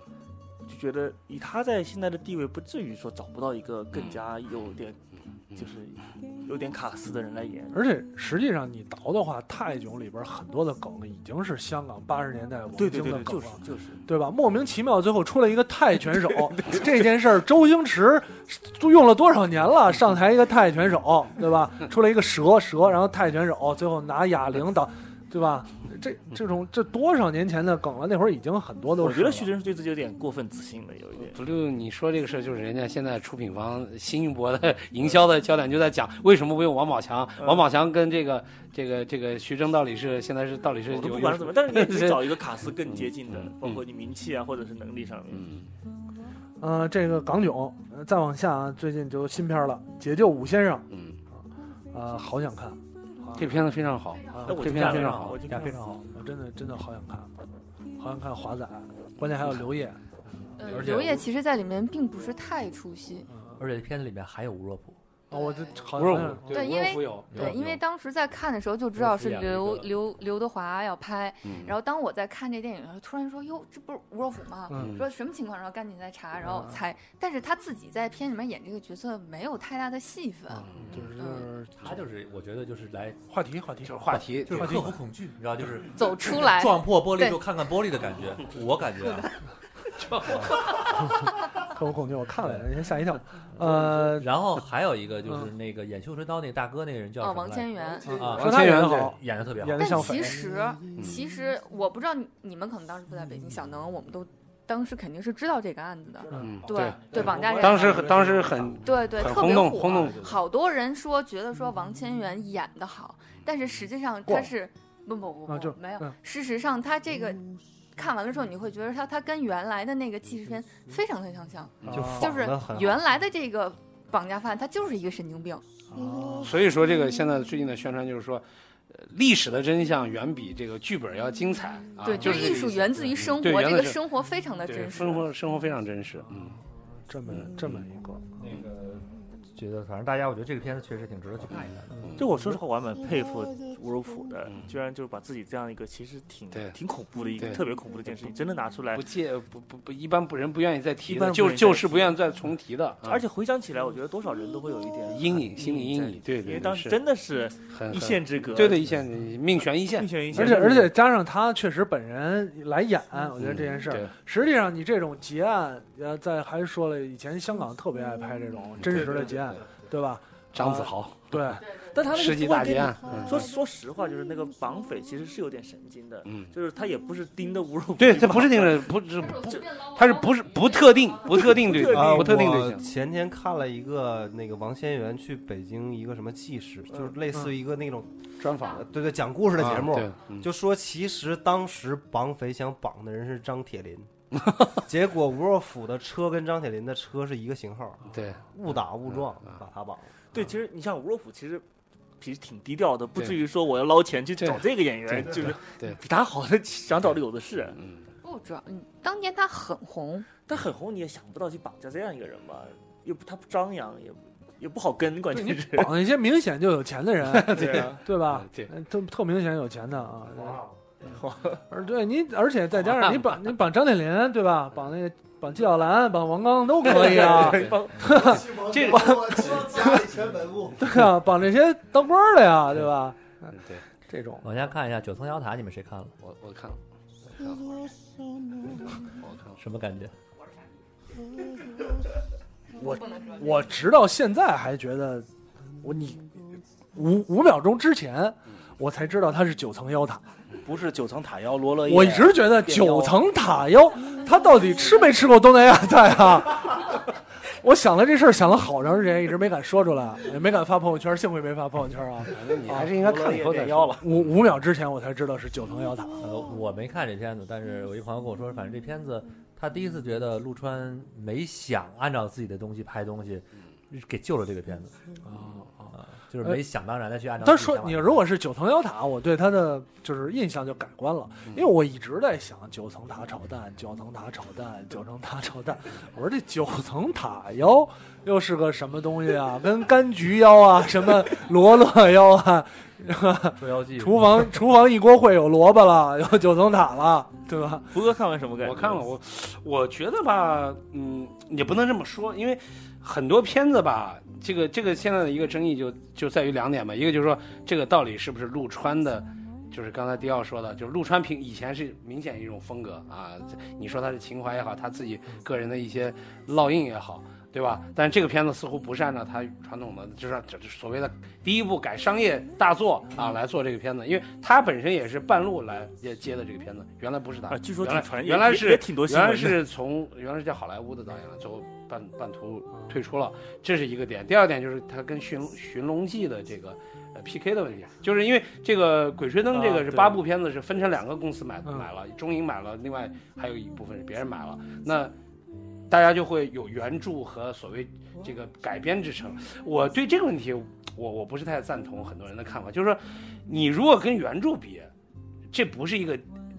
[SPEAKER 4] 就觉得以他在现在的地位，不至于说找不到一个更加有点，就是有点卡斯的人来演。
[SPEAKER 1] 而且实际上你倒的话，《泰囧》里边很多的梗已经是香港八十年代王
[SPEAKER 4] 对
[SPEAKER 1] 晶
[SPEAKER 4] 对对
[SPEAKER 1] 的
[SPEAKER 4] 对，
[SPEAKER 1] 梗
[SPEAKER 4] 就
[SPEAKER 1] 了
[SPEAKER 4] 是。就是，
[SPEAKER 1] 对吧？莫名其妙，最后出了一个泰拳手这件事儿，周星驰用了多少年了？上台一个泰拳手，对吧？出了一个蛇蛇，然后泰拳手最后拿哑铃打，对吧？这这种这多少年前的梗了，那会儿已经很多都是了。
[SPEAKER 4] 我觉得徐峥是对自己有点过分自信了，有一点。
[SPEAKER 2] 不就你说这个事儿，就是人家现在出品方新一波的营销的焦点就在讲为什么不用王宝强？王宝强跟这个这个这个徐峥到底是现在是到底是
[SPEAKER 4] 我
[SPEAKER 2] 嗯有
[SPEAKER 4] 都不管
[SPEAKER 2] 有
[SPEAKER 4] 是怎么，但是你也可
[SPEAKER 2] [LAUGHS]
[SPEAKER 4] 以
[SPEAKER 2] 是
[SPEAKER 4] 找一个卡斯更接近的，包括你名气啊，或者是能力上面。
[SPEAKER 2] 嗯
[SPEAKER 1] 呃，这个港囧，呃再往下啊，最近就新片儿了，《解救武先生》。
[SPEAKER 2] 嗯，
[SPEAKER 1] 啊，好想看。
[SPEAKER 2] 这片子非常好
[SPEAKER 1] 啊
[SPEAKER 2] 那我
[SPEAKER 1] 这
[SPEAKER 2] 就
[SPEAKER 1] 片子
[SPEAKER 2] 看
[SPEAKER 1] 非
[SPEAKER 2] 了
[SPEAKER 1] 常
[SPEAKER 2] 啊
[SPEAKER 1] 好，
[SPEAKER 2] 我就看了
[SPEAKER 1] 非常好，我真的真的好想看，好想看华仔，关键还有刘烨。
[SPEAKER 3] 呃，
[SPEAKER 6] 而且
[SPEAKER 3] 刘烨其实在里面并不是太出戏，
[SPEAKER 6] 而且片子里面还有吴若甫，
[SPEAKER 1] 啊，我这好
[SPEAKER 6] 吴若
[SPEAKER 1] 像
[SPEAKER 6] 甫
[SPEAKER 3] 对，因为对，因为当时在看的时候就知道是
[SPEAKER 6] 刘亦菲演的
[SPEAKER 3] 刘
[SPEAKER 6] 那个
[SPEAKER 3] 刘刘德华要拍
[SPEAKER 6] 嗯，
[SPEAKER 3] 然后当我在看这电影的时候，突然说哟，这不是吴若甫吗
[SPEAKER 6] 嗯？
[SPEAKER 3] 说什么情况？然后赶紧再查，然后
[SPEAKER 1] 啊
[SPEAKER 3] 才，但是他自己在片里面演这个角色没有太大的戏份，
[SPEAKER 2] 嗯
[SPEAKER 6] 啊
[SPEAKER 3] 嗯
[SPEAKER 1] 就是
[SPEAKER 6] 他就是我觉得就是来
[SPEAKER 1] 话题话题就是
[SPEAKER 2] 话题
[SPEAKER 6] 就是
[SPEAKER 2] 话题
[SPEAKER 6] 克服恐惧，你知道就是
[SPEAKER 3] 走出来
[SPEAKER 6] 撞破玻璃
[SPEAKER 3] 哎对
[SPEAKER 6] 就看看玻璃的感觉，我感觉啊。
[SPEAKER 1] 克服恐惧，我看了，人家吓一跳。呃，
[SPEAKER 6] 然后还有一个就是那个演《绣春刀》那大哥那个人叫
[SPEAKER 3] 哦
[SPEAKER 6] 什么
[SPEAKER 3] 王
[SPEAKER 6] 来
[SPEAKER 3] 千
[SPEAKER 6] 着
[SPEAKER 3] 源
[SPEAKER 6] 啊，
[SPEAKER 1] 王千源好
[SPEAKER 6] 演的特别好，
[SPEAKER 1] 演得
[SPEAKER 3] 但
[SPEAKER 1] 像啊
[SPEAKER 3] 其
[SPEAKER 1] 匪
[SPEAKER 3] 实，其实我不知道你你们可能当时不在北京，小能我们都当时肯定是知道这个案子的，
[SPEAKER 2] 嗯
[SPEAKER 3] 对
[SPEAKER 2] 对
[SPEAKER 3] 绑架人
[SPEAKER 2] 当时很当时很
[SPEAKER 3] 对对，
[SPEAKER 2] 很
[SPEAKER 3] 特
[SPEAKER 2] 轰
[SPEAKER 3] 别
[SPEAKER 2] 动
[SPEAKER 3] 火，啊
[SPEAKER 2] 轰动，
[SPEAKER 3] 好多人说觉得说王千源演的好，但是实际上
[SPEAKER 2] 过
[SPEAKER 3] 他
[SPEAKER 2] 了
[SPEAKER 3] 是不不不
[SPEAKER 2] 啊就
[SPEAKER 3] 不没有
[SPEAKER 2] 嗯，
[SPEAKER 3] 事实上他这个。看完了之后，你会觉得他他跟原来的那个纪实片非常非常像，
[SPEAKER 2] 就
[SPEAKER 3] 就
[SPEAKER 2] 仿
[SPEAKER 3] 是
[SPEAKER 2] 得很好
[SPEAKER 3] 原来的这个绑架犯他就是一个神经病，
[SPEAKER 1] 啊
[SPEAKER 2] 所以说，这个现在最近的宣传就是说，呃历史的真相远比这个剧本要精彩啊！
[SPEAKER 3] 对，
[SPEAKER 2] 就是
[SPEAKER 3] 艺术源自于生活，
[SPEAKER 2] 对源
[SPEAKER 3] 这
[SPEAKER 2] 自
[SPEAKER 3] 个
[SPEAKER 2] 是
[SPEAKER 3] 生活非常的
[SPEAKER 2] 对
[SPEAKER 3] 真实。
[SPEAKER 2] 生活生活非常真实，嗯，
[SPEAKER 1] 这么这么一个
[SPEAKER 6] 那个觉得反正大家，我觉得这个片子确实挺值得去看一看的。
[SPEAKER 4] 就我说
[SPEAKER 2] 嗯
[SPEAKER 4] 实话，我还蛮佩服吴若甫的，居然就是把自己这样一个其实挺挺恐怖的一个
[SPEAKER 2] 对
[SPEAKER 4] 特别恐怖的一件事情，真的拿出来
[SPEAKER 2] 不。介不不不，一般不人不愿意再提
[SPEAKER 4] 一
[SPEAKER 2] 的，
[SPEAKER 4] 般
[SPEAKER 2] 就
[SPEAKER 4] 不人再
[SPEAKER 2] 就是
[SPEAKER 4] 提
[SPEAKER 2] 不愿意再重提的，啊
[SPEAKER 4] 而且回想起来，我觉得多少人都会有一点
[SPEAKER 2] 嗯阴影心理阴
[SPEAKER 4] 在
[SPEAKER 2] 影，对对对，
[SPEAKER 4] 因为当时
[SPEAKER 2] 是
[SPEAKER 4] 真的是
[SPEAKER 2] 很
[SPEAKER 4] 一
[SPEAKER 2] 很
[SPEAKER 4] 线之隔，
[SPEAKER 2] 对对一线命悬一线，
[SPEAKER 4] 命悬一线，
[SPEAKER 1] 而且而且加上他确实本人来演，我觉得这件事
[SPEAKER 2] 嗯
[SPEAKER 1] 儿
[SPEAKER 2] 对，
[SPEAKER 1] 实际上你这种结案，呃，在还说了，以前香港特别爱拍这种真实的结案，对吧？
[SPEAKER 2] 张子豪
[SPEAKER 1] 呃对，
[SPEAKER 4] 但他那个
[SPEAKER 2] 世纪
[SPEAKER 4] 不会
[SPEAKER 2] 大
[SPEAKER 4] 给
[SPEAKER 2] 劫
[SPEAKER 4] 你
[SPEAKER 2] 案嗯
[SPEAKER 4] 说说实话，就是那个绑匪其实是有点神经的，
[SPEAKER 2] 嗯
[SPEAKER 4] 就是他也不是盯着侮辱，
[SPEAKER 2] 对，他不是那个人，不是不，他是不是不特定不特定对
[SPEAKER 8] 啊
[SPEAKER 2] 象，不特定
[SPEAKER 8] 我
[SPEAKER 2] 对象，
[SPEAKER 8] 前天看了一个那个王仙源去北京一个什么纪实，就是类
[SPEAKER 6] 嗯
[SPEAKER 8] 似于一个那种呃
[SPEAKER 2] 专访，
[SPEAKER 8] 对对，讲故事的节目
[SPEAKER 2] 啊对嗯，
[SPEAKER 8] 就说其实当时绑匪想绑的人是张铁
[SPEAKER 2] [LAUGHS]
[SPEAKER 8] 林。结果吴若甫的车跟张铁林的车是一个型号，
[SPEAKER 2] 对，
[SPEAKER 8] 误打误撞
[SPEAKER 2] 嗯啊
[SPEAKER 8] 把他绑了。
[SPEAKER 4] 对，其实你像吴若甫，其实其实挺低调的，不
[SPEAKER 2] 对
[SPEAKER 4] 至于说我要捞钱去
[SPEAKER 2] 对
[SPEAKER 4] 找这个演员，
[SPEAKER 2] 对
[SPEAKER 4] 就是
[SPEAKER 2] 对对
[SPEAKER 4] 比他好的想找的有的是。
[SPEAKER 3] 不主要，嗯，当年他很红，
[SPEAKER 4] 但很红你也想不到去绑架这样一个人吧？又不他不张扬，也不也不好跟，关键是，
[SPEAKER 1] 绑一些明显就有钱的人
[SPEAKER 4] 对啊。
[SPEAKER 1] 对吧？
[SPEAKER 2] 对
[SPEAKER 1] 嗯，特特明显有钱的啊。而对你，而且再加上你绑你绑张铁林，对吧？绑那个绑纪晓岚，绑王刚都可以啊
[SPEAKER 4] 对绑
[SPEAKER 1] 这
[SPEAKER 8] 我家里全文物。
[SPEAKER 1] 对啊，绑这些当官儿的呀，对吧？
[SPEAKER 2] 对，
[SPEAKER 1] 这种
[SPEAKER 6] 往下看一下《九层妖塔》，你们谁看了？
[SPEAKER 2] 我我看了，
[SPEAKER 6] 什么感觉？
[SPEAKER 1] 我我直到现在还觉得，我你五五秒钟之前，我才知道它是九层妖塔。
[SPEAKER 4] 不是九层塔妖罗勒
[SPEAKER 1] 我一直觉得九层塔妖，他到底吃没吃过东南亚菜啊？ [LAUGHS] 我想了这事儿，想了好长时间，一直没敢说出来，啊也没敢发朋友圈，幸亏没发朋友圈啊。
[SPEAKER 2] 你还是应该看以后再
[SPEAKER 4] 妖了。
[SPEAKER 1] 五五秒之前我才知道是九层妖
[SPEAKER 2] 嗯
[SPEAKER 1] 塔。
[SPEAKER 6] 呃，我没看这片子，但是我一朋友跟我说，反正这片子他第一次觉得陆川没想按照自己的东西拍东西，给救了这个片子。啊，就是没想当然的去按照
[SPEAKER 1] 他
[SPEAKER 6] 自己想
[SPEAKER 1] 说
[SPEAKER 6] 法。：“
[SPEAKER 2] 嗯
[SPEAKER 1] 你如果哦是九层妖塔，我对他的就是印象就改观了，
[SPEAKER 2] 嗯
[SPEAKER 1] 因为我一直在想九层塔炒蛋，九层塔炒蛋，九层塔炒蛋。我说这九层塔妖又是个什么东西啊？跟柑橘妖啊，什么罗勒妖啊，
[SPEAKER 6] 捉妖记
[SPEAKER 1] 厨房厨房一锅烩有萝卜了，有九层塔了，对吧？
[SPEAKER 4] 福哥看完什么感觉？
[SPEAKER 2] 我看了，我我觉得吧，嗯，也不能这么说，因为很多片子吧，这个这个现在的一个争议就就在于两点吧，一个就是说这个到底是不是陆川的。就是刚才迪奥说的，就是陆川平以前是明显一种风格啊，这你说他是情怀也好，他自己个人的一些烙印也好，对吧？但这个片子似乎不是按照它传统的，就是就是所谓的第一部改商业大作啊来做这个片子，因为它本身也是半路来接接的这个片子，原来不是它，
[SPEAKER 4] 啊据说
[SPEAKER 2] 原来
[SPEAKER 4] 挺传
[SPEAKER 2] 原来
[SPEAKER 4] 也
[SPEAKER 2] 是
[SPEAKER 4] 也挺多新
[SPEAKER 2] 原
[SPEAKER 4] 闻的
[SPEAKER 2] 来是从原来是叫好莱坞的导演了，最后半半途退出了，这是一个点。第二点就是它跟寻《寻龙记》的这个。呃 PK 的问题，就是因为这个《鬼吹灯》这
[SPEAKER 4] 啊
[SPEAKER 2] 个是
[SPEAKER 4] 对
[SPEAKER 2] 八部片子，是分成两个公司买、
[SPEAKER 4] 嗯
[SPEAKER 2] 买了，中影买了，另外还有一部分是别人买了。那大家就会有原著和所谓这个改编之称。我对这个问题，我我不是太赞同很多人的看法，就是说，你如果跟原著比，这不是一个。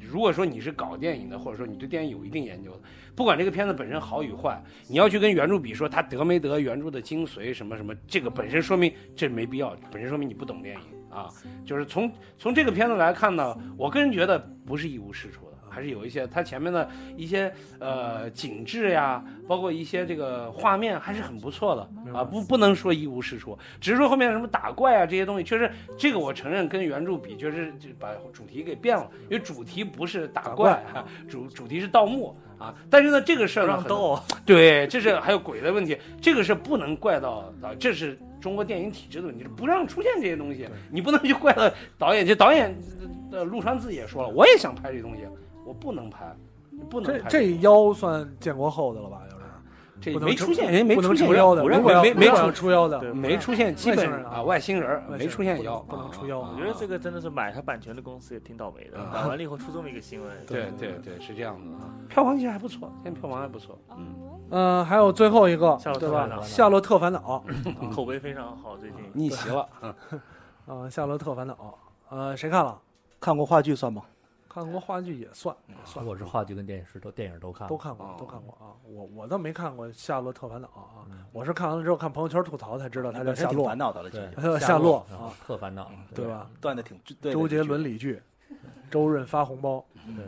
[SPEAKER 2] 如果说你是搞电影的，或者说你对电影有一定研究的，不管这个片子本身好与坏，你要去跟原著比，说它得没得原著的精髓什么什么，这个本身说明这没必要，本身说明你不懂电影啊。就是从从这个片子来看呢，我个人觉得不是一无是处的，还是有一些它呃前面的一些呃景致呀，包括一些这个画面还是很不错的啊，不不能说一无是处，只是说后面什么打怪啊这些东西，确实这个我承认跟原著比，确实就把主题给变了，因为主题不是打怪，啊、主主题是盗墓啊。但是呢，这个事儿呢，很
[SPEAKER 4] 盗，
[SPEAKER 2] 对，这是还有鬼的问题，这个是不能怪到啊，这是中国电影体制的问题，不让出现这些东西，你不能去怪到导演，这导演呃陆川自己也说了，我也想拍这东西，我不能拍，不能
[SPEAKER 1] 这
[SPEAKER 2] 拍
[SPEAKER 1] 这腰算建国后的了吧？
[SPEAKER 2] 这
[SPEAKER 1] 不能
[SPEAKER 2] 没
[SPEAKER 1] 成
[SPEAKER 2] 出现，人没
[SPEAKER 1] 不能
[SPEAKER 2] 出现啊
[SPEAKER 1] 成妖的
[SPEAKER 2] 不让
[SPEAKER 1] 不让
[SPEAKER 2] 没
[SPEAKER 1] 不
[SPEAKER 2] 没
[SPEAKER 1] 让
[SPEAKER 2] 出
[SPEAKER 1] 出妖的
[SPEAKER 2] 对
[SPEAKER 1] 不
[SPEAKER 2] 没
[SPEAKER 1] 让
[SPEAKER 2] 出现基
[SPEAKER 1] 外星
[SPEAKER 2] 本
[SPEAKER 1] 人啊
[SPEAKER 2] 啊外星人
[SPEAKER 1] 外星
[SPEAKER 2] 没
[SPEAKER 1] 人
[SPEAKER 2] 出现
[SPEAKER 1] 不能
[SPEAKER 2] 妖，
[SPEAKER 1] 不能出
[SPEAKER 2] 妖
[SPEAKER 4] 我觉得这个真的是买它版权的公司也挺倒霉的，买完了以后出这么一个新闻。
[SPEAKER 2] 对对对，是这样的啊。票房其实还不错，现在票房还不错，嗯，
[SPEAKER 1] 嗯、还有最后一个
[SPEAKER 2] 夏洛特
[SPEAKER 1] 对
[SPEAKER 2] 烦
[SPEAKER 1] 吧？
[SPEAKER 2] 恼
[SPEAKER 1] 夏洛特烦恼，
[SPEAKER 4] 口碑非常好，最近
[SPEAKER 2] 逆
[SPEAKER 1] [LAUGHS]
[SPEAKER 2] 袭了。啊、
[SPEAKER 1] 夏洛特烦恼，呃，谁看了？
[SPEAKER 5] 看过话剧算吗？
[SPEAKER 1] 看过话剧也算，也算
[SPEAKER 6] 我是话剧跟电视都电影都
[SPEAKER 2] 嗯
[SPEAKER 6] 看，
[SPEAKER 1] 都看过，都看过
[SPEAKER 2] 哦
[SPEAKER 1] 啊。我我倒没看过《夏洛特烦恼》啊，
[SPEAKER 2] 嗯
[SPEAKER 1] 我是看完了之后看朋友圈吐槽才知道
[SPEAKER 2] 哎
[SPEAKER 1] 他叫夏
[SPEAKER 5] 挺
[SPEAKER 1] 洛，
[SPEAKER 5] 烦恼的了，其
[SPEAKER 1] 他 [LAUGHS] 叫
[SPEAKER 5] 实
[SPEAKER 1] 夏洛
[SPEAKER 6] 然
[SPEAKER 1] 啊
[SPEAKER 6] 后，特烦恼，
[SPEAKER 1] 对吧？
[SPEAKER 5] 断的挺对的
[SPEAKER 1] 周杰伦理剧，周润发红包，
[SPEAKER 6] 对？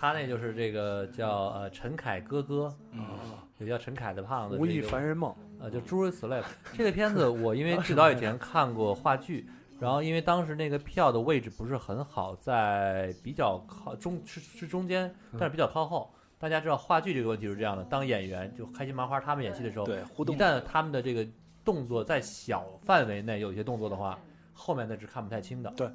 [SPEAKER 6] 他那就是这个叫呃陈凯哥哥，
[SPEAKER 5] 嗯
[SPEAKER 6] 有叫陈凯的
[SPEAKER 2] 啊
[SPEAKER 6] 胖子，
[SPEAKER 1] 无
[SPEAKER 6] 这
[SPEAKER 1] 意
[SPEAKER 6] 个
[SPEAKER 1] 凡人梦，
[SPEAKER 6] 呃，就诸如此类。这个片子我因为最早以前看过话剧，然后因为当时那个票的位置不是很好，在比较靠中是是中间，但是比较靠后。大家知道话剧这个问题是这样的，当演员就开心麻花他们演戏的
[SPEAKER 8] 嗯
[SPEAKER 6] 时候，
[SPEAKER 5] 对互动
[SPEAKER 6] 一旦他们的这个动作在小范围内有一些动作的话，后面那是看不太清的。
[SPEAKER 1] 对，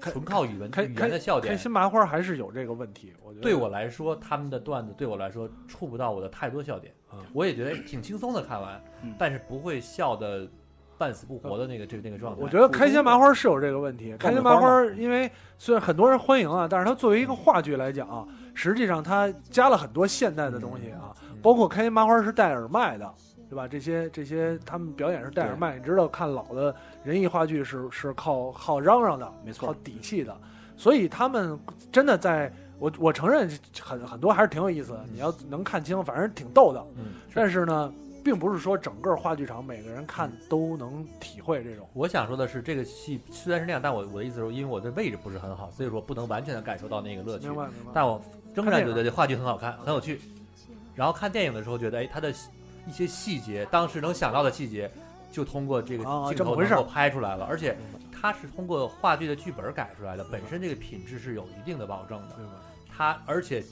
[SPEAKER 6] 纯靠语文
[SPEAKER 1] 开
[SPEAKER 6] 语
[SPEAKER 1] 开
[SPEAKER 6] 言的笑点
[SPEAKER 1] 开。心麻花还是有这个问题，我觉得
[SPEAKER 6] 对我来说，他们的段子对我来说触不到我的太多笑点，
[SPEAKER 1] 嗯
[SPEAKER 6] 我也觉得挺轻松的看完，但是不会笑的半死不活的那个这个那个状态。
[SPEAKER 1] 我觉得开心麻花是有这个问题。开心麻花，因为虽然很多人欢迎啊，但是它作为一个话剧来讲、啊，实际上它加了很多现代的东西啊，包括开心麻花是戴耳麦的，对吧？这些这些他们表演是戴耳麦，你知道看老的人艺话剧是是靠靠嚷嚷的，没错，靠底气的，所以他们真的在。我我承认很很多还是挺有意思的，你要能看清，反正挺逗的。
[SPEAKER 6] 嗯，
[SPEAKER 1] 但是呢，并不是说整个话剧场每个人看都能体会这种。
[SPEAKER 6] 我想说的是，这个戏虽然是那样，但我我的意思是，因为我的位置不是很好，所以说不能完全的感受到那个嗯乐趣。
[SPEAKER 1] 明白明白
[SPEAKER 6] 但我仍然觉
[SPEAKER 1] 看
[SPEAKER 6] 得
[SPEAKER 1] 电
[SPEAKER 6] 这
[SPEAKER 1] 影
[SPEAKER 6] 话剧很好看，很有趣。然后看电影的时候觉得，哎，它的一些细节，当时能想到的细节，就通过这个
[SPEAKER 1] 啊
[SPEAKER 6] 镜
[SPEAKER 1] 这么
[SPEAKER 6] 头
[SPEAKER 1] 回事
[SPEAKER 6] 能
[SPEAKER 1] 儿
[SPEAKER 6] 够拍出来了。而且它是通过话剧的剧本改出来的，本身这个品质是有一定的保证的。它而且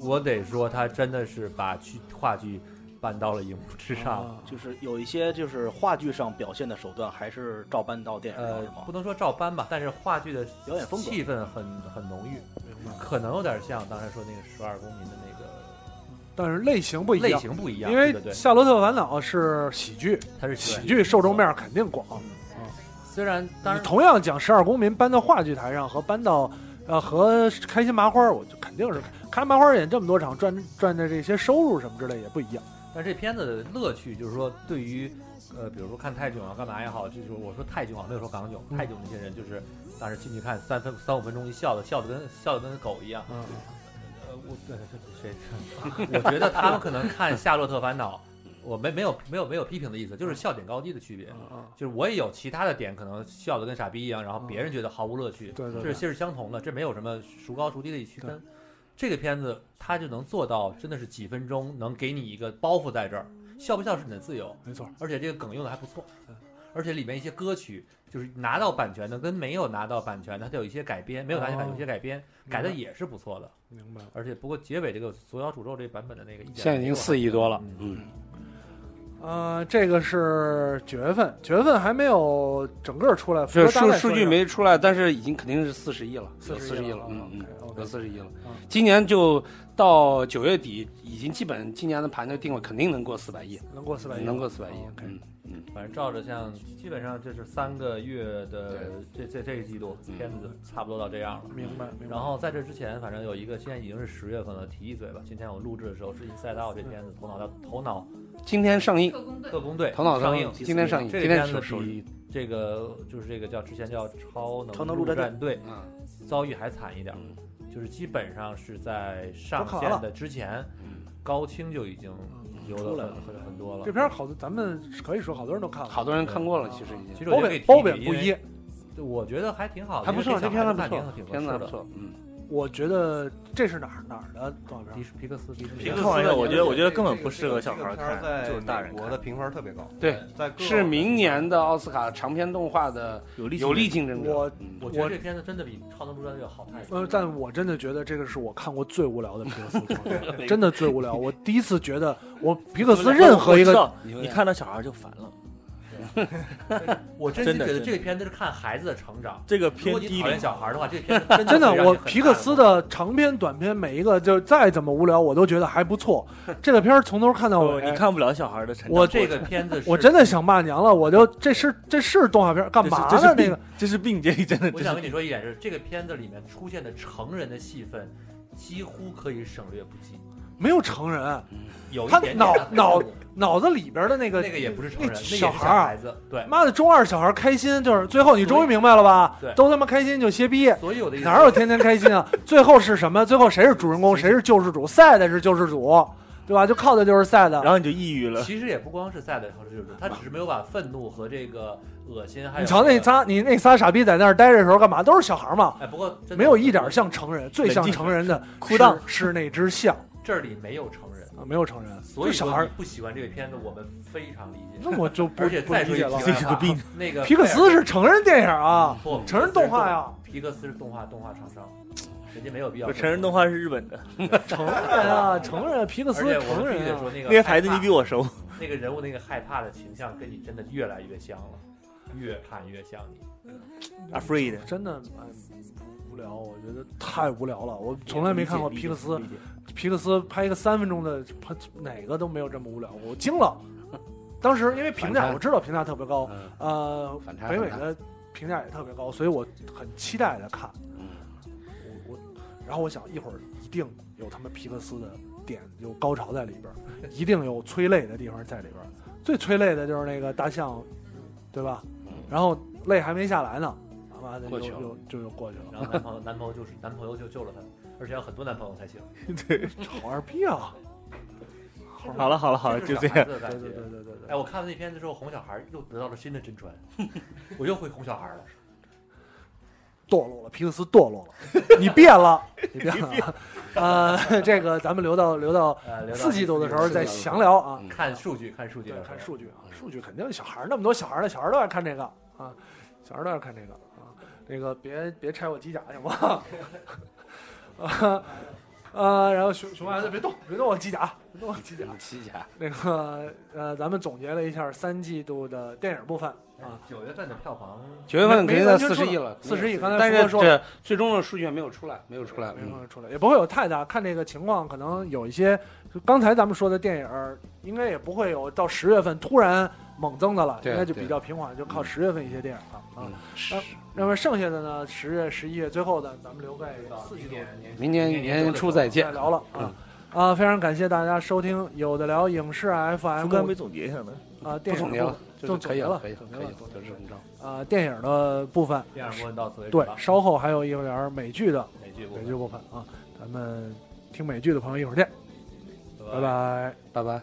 [SPEAKER 6] 我得说，它真的是把剧话剧搬到了荧幕之
[SPEAKER 1] 哦
[SPEAKER 6] 上。
[SPEAKER 1] 啊
[SPEAKER 5] 就是有一些就是话剧上表现的手段，还是照搬到电影上
[SPEAKER 6] 呃
[SPEAKER 5] 是吗，
[SPEAKER 6] 不能说照搬吧，但是话剧的
[SPEAKER 5] 表演风格
[SPEAKER 6] 气氛很很浓郁，可能有点像刚才说那个《十二公民》的那个，
[SPEAKER 1] 但是类型不一样，
[SPEAKER 6] 类型不一样
[SPEAKER 1] 因为
[SPEAKER 6] 对对对
[SPEAKER 1] 《夏洛特烦恼》是喜剧，
[SPEAKER 6] 它是喜
[SPEAKER 1] 喜
[SPEAKER 6] 剧
[SPEAKER 1] 剧，受众面肯定广。
[SPEAKER 6] 虽然当
[SPEAKER 1] 你
[SPEAKER 6] 然
[SPEAKER 1] 同样讲《十二公民》搬到话剧台上和搬到呃和开心麻花，我就肯定是开心麻花演这么多场赚赚的这些收入什么之类也不一样。
[SPEAKER 6] 但这片子的乐趣就是说，对于呃，比如说看泰囧啊，干嘛也好，就是我说泰囧啊，没有说港囧，
[SPEAKER 1] 嗯
[SPEAKER 6] 泰囧那些人就是当时进去看三分三五分钟一笑的，笑的跟笑的跟狗一样。
[SPEAKER 1] 嗯，
[SPEAKER 6] 呃，我对谁？ [LAUGHS] 我觉得他们可能看《夏洛特烦恼》。我没没有没有没有批评的意思，
[SPEAKER 1] 嗯
[SPEAKER 6] 就是笑点高低的区别，就是我也有其他的点，可能笑的跟傻逼一样，然后别人觉得毫无乐趣，
[SPEAKER 1] 嗯对对
[SPEAKER 6] 这
[SPEAKER 1] 对
[SPEAKER 6] 是这是相同的，这没有什么孰高孰低的区分。这个片子它就能做到，真的是几分钟能给你一个包袱在这儿，笑不笑是你的自由，
[SPEAKER 1] 没错。嗯
[SPEAKER 6] 而且这个梗用的还不错，而且里面一些歌曲就是拿到版权的跟没有拿到版权的，它有一些改编，没有拿到版权
[SPEAKER 1] 哦
[SPEAKER 6] 有些改编
[SPEAKER 1] 明白
[SPEAKER 6] 改的也是不错的。
[SPEAKER 1] 明白。
[SPEAKER 6] 而且不过结尾这个《左小诅咒》这版本的那个意见
[SPEAKER 2] 嗯
[SPEAKER 1] 嗯
[SPEAKER 2] 现在已经四亿多了，嗯，
[SPEAKER 1] 呃，这个是九月份，九月份还没有整个出来，
[SPEAKER 2] 这
[SPEAKER 1] 不过大
[SPEAKER 2] 数
[SPEAKER 1] 概
[SPEAKER 2] 数
[SPEAKER 1] 说
[SPEAKER 2] 据
[SPEAKER 1] 一下
[SPEAKER 2] 没出来，但是已经肯定是四十亿了，有
[SPEAKER 1] 40
[SPEAKER 2] 四
[SPEAKER 1] 亿
[SPEAKER 2] 十亿
[SPEAKER 1] 了啊
[SPEAKER 2] 了，嗯嗯，有四十亿了
[SPEAKER 1] 嗯。
[SPEAKER 2] 今年就到九月底，已经基本今年的盘就定了，肯定能过四百亿，
[SPEAKER 1] 能过400亿
[SPEAKER 2] 能过四百亿
[SPEAKER 6] 哦，
[SPEAKER 2] 嗯嗯。
[SPEAKER 6] 反正照着像，基本上就是三个月的这这这个季度
[SPEAKER 1] 嗯
[SPEAKER 6] 片子差不多到这样了。
[SPEAKER 1] 明白明白
[SPEAKER 6] 然后在这之前，反正有一个，现在已经是十月份了，提一嘴吧。今天我录制的时候是《Inside Out》这片子，头脑叫头脑
[SPEAKER 2] 今天上映，
[SPEAKER 6] 特工队
[SPEAKER 2] 头脑
[SPEAKER 6] 上
[SPEAKER 2] 映，
[SPEAKER 6] 映，
[SPEAKER 2] 今天上映，
[SPEAKER 6] 这
[SPEAKER 2] 今
[SPEAKER 6] 个
[SPEAKER 2] 天
[SPEAKER 6] 片子
[SPEAKER 2] 首
[SPEAKER 6] 比这个就是这个叫之前叫超
[SPEAKER 2] 超
[SPEAKER 6] 能
[SPEAKER 2] 能陆战
[SPEAKER 6] 战队，
[SPEAKER 2] 嗯
[SPEAKER 6] 遭遇还惨一点儿，
[SPEAKER 1] 嗯
[SPEAKER 6] 就是基本上是在上
[SPEAKER 1] 都卡
[SPEAKER 6] 线
[SPEAKER 1] 了
[SPEAKER 6] 的之前，
[SPEAKER 2] 嗯
[SPEAKER 6] 高清就已经有
[SPEAKER 1] 嗯出来
[SPEAKER 6] 了
[SPEAKER 1] 了
[SPEAKER 6] 很很很多了。
[SPEAKER 1] 这片儿好多，咱们可以说好多人都看了，
[SPEAKER 2] 好多人看过了，其实已经。
[SPEAKER 6] 其实我觉得可以提
[SPEAKER 1] 褒贬
[SPEAKER 6] 提
[SPEAKER 1] 不一，
[SPEAKER 6] 因为我觉得还挺好的，
[SPEAKER 1] 还不错
[SPEAKER 6] 因为
[SPEAKER 1] 这片子
[SPEAKER 6] 小孩
[SPEAKER 1] 不
[SPEAKER 6] 看
[SPEAKER 1] 错
[SPEAKER 6] 挺挺合
[SPEAKER 2] 片子
[SPEAKER 6] 适
[SPEAKER 2] 还
[SPEAKER 6] 的
[SPEAKER 2] 不错，嗯。
[SPEAKER 1] 我觉得这是哪儿哪儿的动画片？
[SPEAKER 6] 迪士皮克斯，迪士尼
[SPEAKER 4] 皮克斯的我觉得我觉得根本不适合
[SPEAKER 8] 这
[SPEAKER 4] 小
[SPEAKER 8] 个
[SPEAKER 4] 孩
[SPEAKER 8] 片
[SPEAKER 4] 儿
[SPEAKER 8] 儿
[SPEAKER 4] 看，
[SPEAKER 8] 在
[SPEAKER 4] 就是大人
[SPEAKER 8] 美国
[SPEAKER 4] 看
[SPEAKER 8] 的评分特别高，
[SPEAKER 2] 对
[SPEAKER 8] 在，各
[SPEAKER 2] 是明年的奥斯卡长篇动画的
[SPEAKER 4] 有
[SPEAKER 1] 力竞争
[SPEAKER 2] 有力竞争者。
[SPEAKER 1] 我
[SPEAKER 2] 嗯
[SPEAKER 6] 我觉得这片子真的比《超能陆战队》要好太多。
[SPEAKER 1] 呃，但我真的觉得这个是我看过最无聊的皮克斯动画
[SPEAKER 4] 对
[SPEAKER 1] 片，真的最无聊。我第一次觉得我皮克斯任何一
[SPEAKER 4] 我知
[SPEAKER 1] 个
[SPEAKER 4] 道，你看到小孩就烦了。
[SPEAKER 6] 我真
[SPEAKER 4] 真
[SPEAKER 6] 心
[SPEAKER 4] 的
[SPEAKER 6] 觉得
[SPEAKER 4] 真的
[SPEAKER 6] 这个片子是看孩子的成长。
[SPEAKER 4] 这个
[SPEAKER 6] 如
[SPEAKER 4] 偏
[SPEAKER 6] 果
[SPEAKER 4] 低
[SPEAKER 6] 你讨厌
[SPEAKER 4] 龄，
[SPEAKER 6] 小孩的话，这个片子
[SPEAKER 1] [LAUGHS] 真的
[SPEAKER 6] 会，让
[SPEAKER 1] 我
[SPEAKER 6] 你很
[SPEAKER 1] 皮克
[SPEAKER 6] 看
[SPEAKER 1] 斯的长篇、短篇每一个，就再怎么无聊，我都觉得还不错。这个片儿从头看到
[SPEAKER 4] 哦
[SPEAKER 1] 尾，哎
[SPEAKER 4] 你看不了小孩的成长
[SPEAKER 6] 我
[SPEAKER 1] 我
[SPEAKER 4] 过程。
[SPEAKER 6] 这个片子是，
[SPEAKER 1] [LAUGHS] 我真的想骂娘了。我就这是这是动画片儿干嘛
[SPEAKER 4] 这是
[SPEAKER 1] 呢？
[SPEAKER 4] 病
[SPEAKER 1] 这个
[SPEAKER 4] 这是病，这真的
[SPEAKER 6] 我
[SPEAKER 4] 这
[SPEAKER 6] 想
[SPEAKER 4] 是
[SPEAKER 6] 跟你说一点是，这个片子里面出现的成人的戏份几乎可以省略不计，
[SPEAKER 1] 没有成人，
[SPEAKER 6] 有一
[SPEAKER 1] 他
[SPEAKER 6] 点点
[SPEAKER 1] 脑
[SPEAKER 6] 的
[SPEAKER 1] 脑脑子里边的那个
[SPEAKER 6] 那个也不是成人，那
[SPEAKER 1] 那
[SPEAKER 6] 个也是
[SPEAKER 1] 小孩
[SPEAKER 6] 孩
[SPEAKER 1] 儿。啊
[SPEAKER 6] 子，对。
[SPEAKER 1] 妈的，中二小孩开心就是最后，你终于明白了吧
[SPEAKER 6] 对？
[SPEAKER 1] 都他妈开心就歇逼，
[SPEAKER 6] 所以我的意思
[SPEAKER 1] 哪有天天开心
[SPEAKER 6] [LAUGHS]
[SPEAKER 1] 啊？最后是什么？最后谁是主人公？谁是救世主？赛的是救世主，对吧？就靠的就是赛的。
[SPEAKER 4] 然后你就抑郁了。
[SPEAKER 6] 其实也不光是赛德城市就是他只是没有把愤怒和这个恶心还有
[SPEAKER 1] 你瞧那
[SPEAKER 6] 这个，
[SPEAKER 1] 仨，你那仨傻逼在那儿待着的时候干嘛？都是小孩嘛，
[SPEAKER 6] 哎，不过真的
[SPEAKER 1] 没有一点像成人。最像成人的
[SPEAKER 4] 哭荡
[SPEAKER 1] 是是那只象
[SPEAKER 6] 这里没有成人，
[SPEAKER 1] 啊，没有成人，
[SPEAKER 6] 所
[SPEAKER 1] 就
[SPEAKER 6] 以
[SPEAKER 1] 小
[SPEAKER 6] 说
[SPEAKER 1] 孩
[SPEAKER 6] 你。不喜欢这个片子，我们非常理解。
[SPEAKER 1] 那我就不
[SPEAKER 6] 而且
[SPEAKER 1] 不
[SPEAKER 6] 再说
[SPEAKER 1] 理
[SPEAKER 6] 一
[SPEAKER 1] 解
[SPEAKER 6] 句啊嗯
[SPEAKER 1] 了。
[SPEAKER 6] 题外话
[SPEAKER 4] 这是个病，
[SPEAKER 6] 那个
[SPEAKER 1] 皮克斯是成人电影
[SPEAKER 6] 贝
[SPEAKER 1] 啊
[SPEAKER 6] 尔，不
[SPEAKER 1] 成人动画呀，
[SPEAKER 6] 皮克斯是动画动画厂商，人家没有必要
[SPEAKER 4] 我。成人动画是日本的，
[SPEAKER 1] 成人啊，成人，皮克
[SPEAKER 6] 而
[SPEAKER 1] 斯
[SPEAKER 6] 且我
[SPEAKER 1] 成
[SPEAKER 6] 们必须
[SPEAKER 1] 人
[SPEAKER 6] 得
[SPEAKER 1] 啊
[SPEAKER 6] 说。那个
[SPEAKER 4] 那些牌子你
[SPEAKER 6] 害怕
[SPEAKER 4] 比我熟。
[SPEAKER 6] 那个人物那个害怕的形象跟你真的越来越像了，越看越像你。
[SPEAKER 4] Afraid，
[SPEAKER 1] 真的哎无聊，我觉得太无聊了。我从来没看过皮克斯
[SPEAKER 6] 理解，理解
[SPEAKER 1] 皮克斯拍一个三分钟的，拍哪个都没有这么无聊，我惊了。当时因为评
[SPEAKER 2] 反
[SPEAKER 1] 价
[SPEAKER 2] 差
[SPEAKER 1] 我知道评价特别高，
[SPEAKER 2] 嗯
[SPEAKER 1] 呃，
[SPEAKER 2] 反差
[SPEAKER 1] 北美
[SPEAKER 2] 很大
[SPEAKER 1] 的评价也特别高，所以我很期待的看。我我，然后我想一会儿一定有他们皮克斯的点有高潮在里边儿，一定有催泪的地方在里边儿。最催泪的就是那个大象，对吧？然后泪还没下来呢，他妈的
[SPEAKER 2] 过
[SPEAKER 1] 就
[SPEAKER 2] 去了
[SPEAKER 1] 就就就过去了，
[SPEAKER 6] 然后男朋友男朋友就是男朋友就救了他，而且要很多男朋友才行。
[SPEAKER 1] 好二逼啊！
[SPEAKER 4] 好了好了好了，
[SPEAKER 6] 这
[SPEAKER 4] 就是这
[SPEAKER 6] 小孩
[SPEAKER 4] 样。
[SPEAKER 6] 子的
[SPEAKER 1] 对
[SPEAKER 6] 感
[SPEAKER 1] 对对
[SPEAKER 6] 觉。
[SPEAKER 1] 对对对
[SPEAKER 6] 哎，。我看了那片子之后，哄小孩又得到了新的真传，我又会哄小孩了。
[SPEAKER 1] 堕落了，皮克斯堕落了，你变了，你变了。啊呃，这个咱们留到留到
[SPEAKER 6] 呃，聊到
[SPEAKER 1] 四季度的时候
[SPEAKER 6] 四季
[SPEAKER 1] 再
[SPEAKER 6] 度
[SPEAKER 1] 详聊啊。
[SPEAKER 6] 看数据，看数据
[SPEAKER 1] 对，，看数
[SPEAKER 6] 据。
[SPEAKER 1] 据啊，
[SPEAKER 2] 嗯
[SPEAKER 1] 数据肯定小孩儿那么多小孩儿了，小孩儿都爱看这个啊，小孩儿都爱看这个啊。那个别别拆我机甲行吗？ [LAUGHS] 啊呃，然后熊熊孩子别动，别动我机甲，别动我机甲。 [LAUGHS]
[SPEAKER 2] 机甲，
[SPEAKER 1] 那个呃，咱们总结了一下三季度的电影部分啊，
[SPEAKER 6] 九月份的票房，
[SPEAKER 2] 九月份
[SPEAKER 1] 没
[SPEAKER 2] 肯
[SPEAKER 1] 没
[SPEAKER 2] 定在
[SPEAKER 1] 完全
[SPEAKER 2] 四十
[SPEAKER 1] 出
[SPEAKER 2] 亿
[SPEAKER 1] 来
[SPEAKER 2] 了，
[SPEAKER 1] 40亿刚才
[SPEAKER 2] 但
[SPEAKER 1] 说
[SPEAKER 2] 是
[SPEAKER 1] 说
[SPEAKER 2] 这最终的数据还没有出来，没有出来，
[SPEAKER 1] 没
[SPEAKER 2] 嗯，
[SPEAKER 1] 有啊出来，也不会有太大。看这个情况，可能有一些就刚才咱们说的电影儿，应该也不会有到十月份突然猛增的了，
[SPEAKER 2] 对
[SPEAKER 1] 应该就比
[SPEAKER 2] 对
[SPEAKER 1] 较平缓，就靠十月份一些电影了啊
[SPEAKER 2] 嗯。是
[SPEAKER 1] 那么剩下的呢，十月、十一月，最后的咱们留给四季度
[SPEAKER 2] 明年年初再
[SPEAKER 1] 再
[SPEAKER 2] 见。
[SPEAKER 1] 聊了啊。啊，非常感谢大家收听《有的聊影视 FM
[SPEAKER 4] 刚》刚没总结一下呢，
[SPEAKER 1] 啊，
[SPEAKER 2] 不
[SPEAKER 1] 电影
[SPEAKER 2] 总结
[SPEAKER 1] 的
[SPEAKER 2] 了，
[SPEAKER 1] 部
[SPEAKER 2] 就是
[SPEAKER 1] 分就
[SPEAKER 2] 可以
[SPEAKER 1] 了，
[SPEAKER 2] 可以了
[SPEAKER 1] 总，结
[SPEAKER 2] 可以
[SPEAKER 1] 了
[SPEAKER 2] 了，就是这么着。
[SPEAKER 1] 啊，电影的部分，
[SPEAKER 6] 第二部分到此为止
[SPEAKER 1] 对
[SPEAKER 6] 吧，。
[SPEAKER 1] 稍后还有一点儿美剧的
[SPEAKER 6] 美剧部
[SPEAKER 1] 美
[SPEAKER 6] 分
[SPEAKER 1] 剧，部分啊，咱们听美剧的朋友一会儿见，拜拜。
[SPEAKER 2] 拜拜。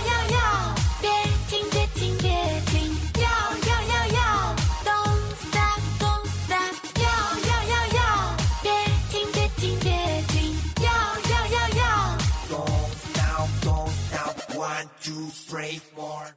[SPEAKER 10] 要要，别停别停别停，要要要要，Don't stop。 brave more。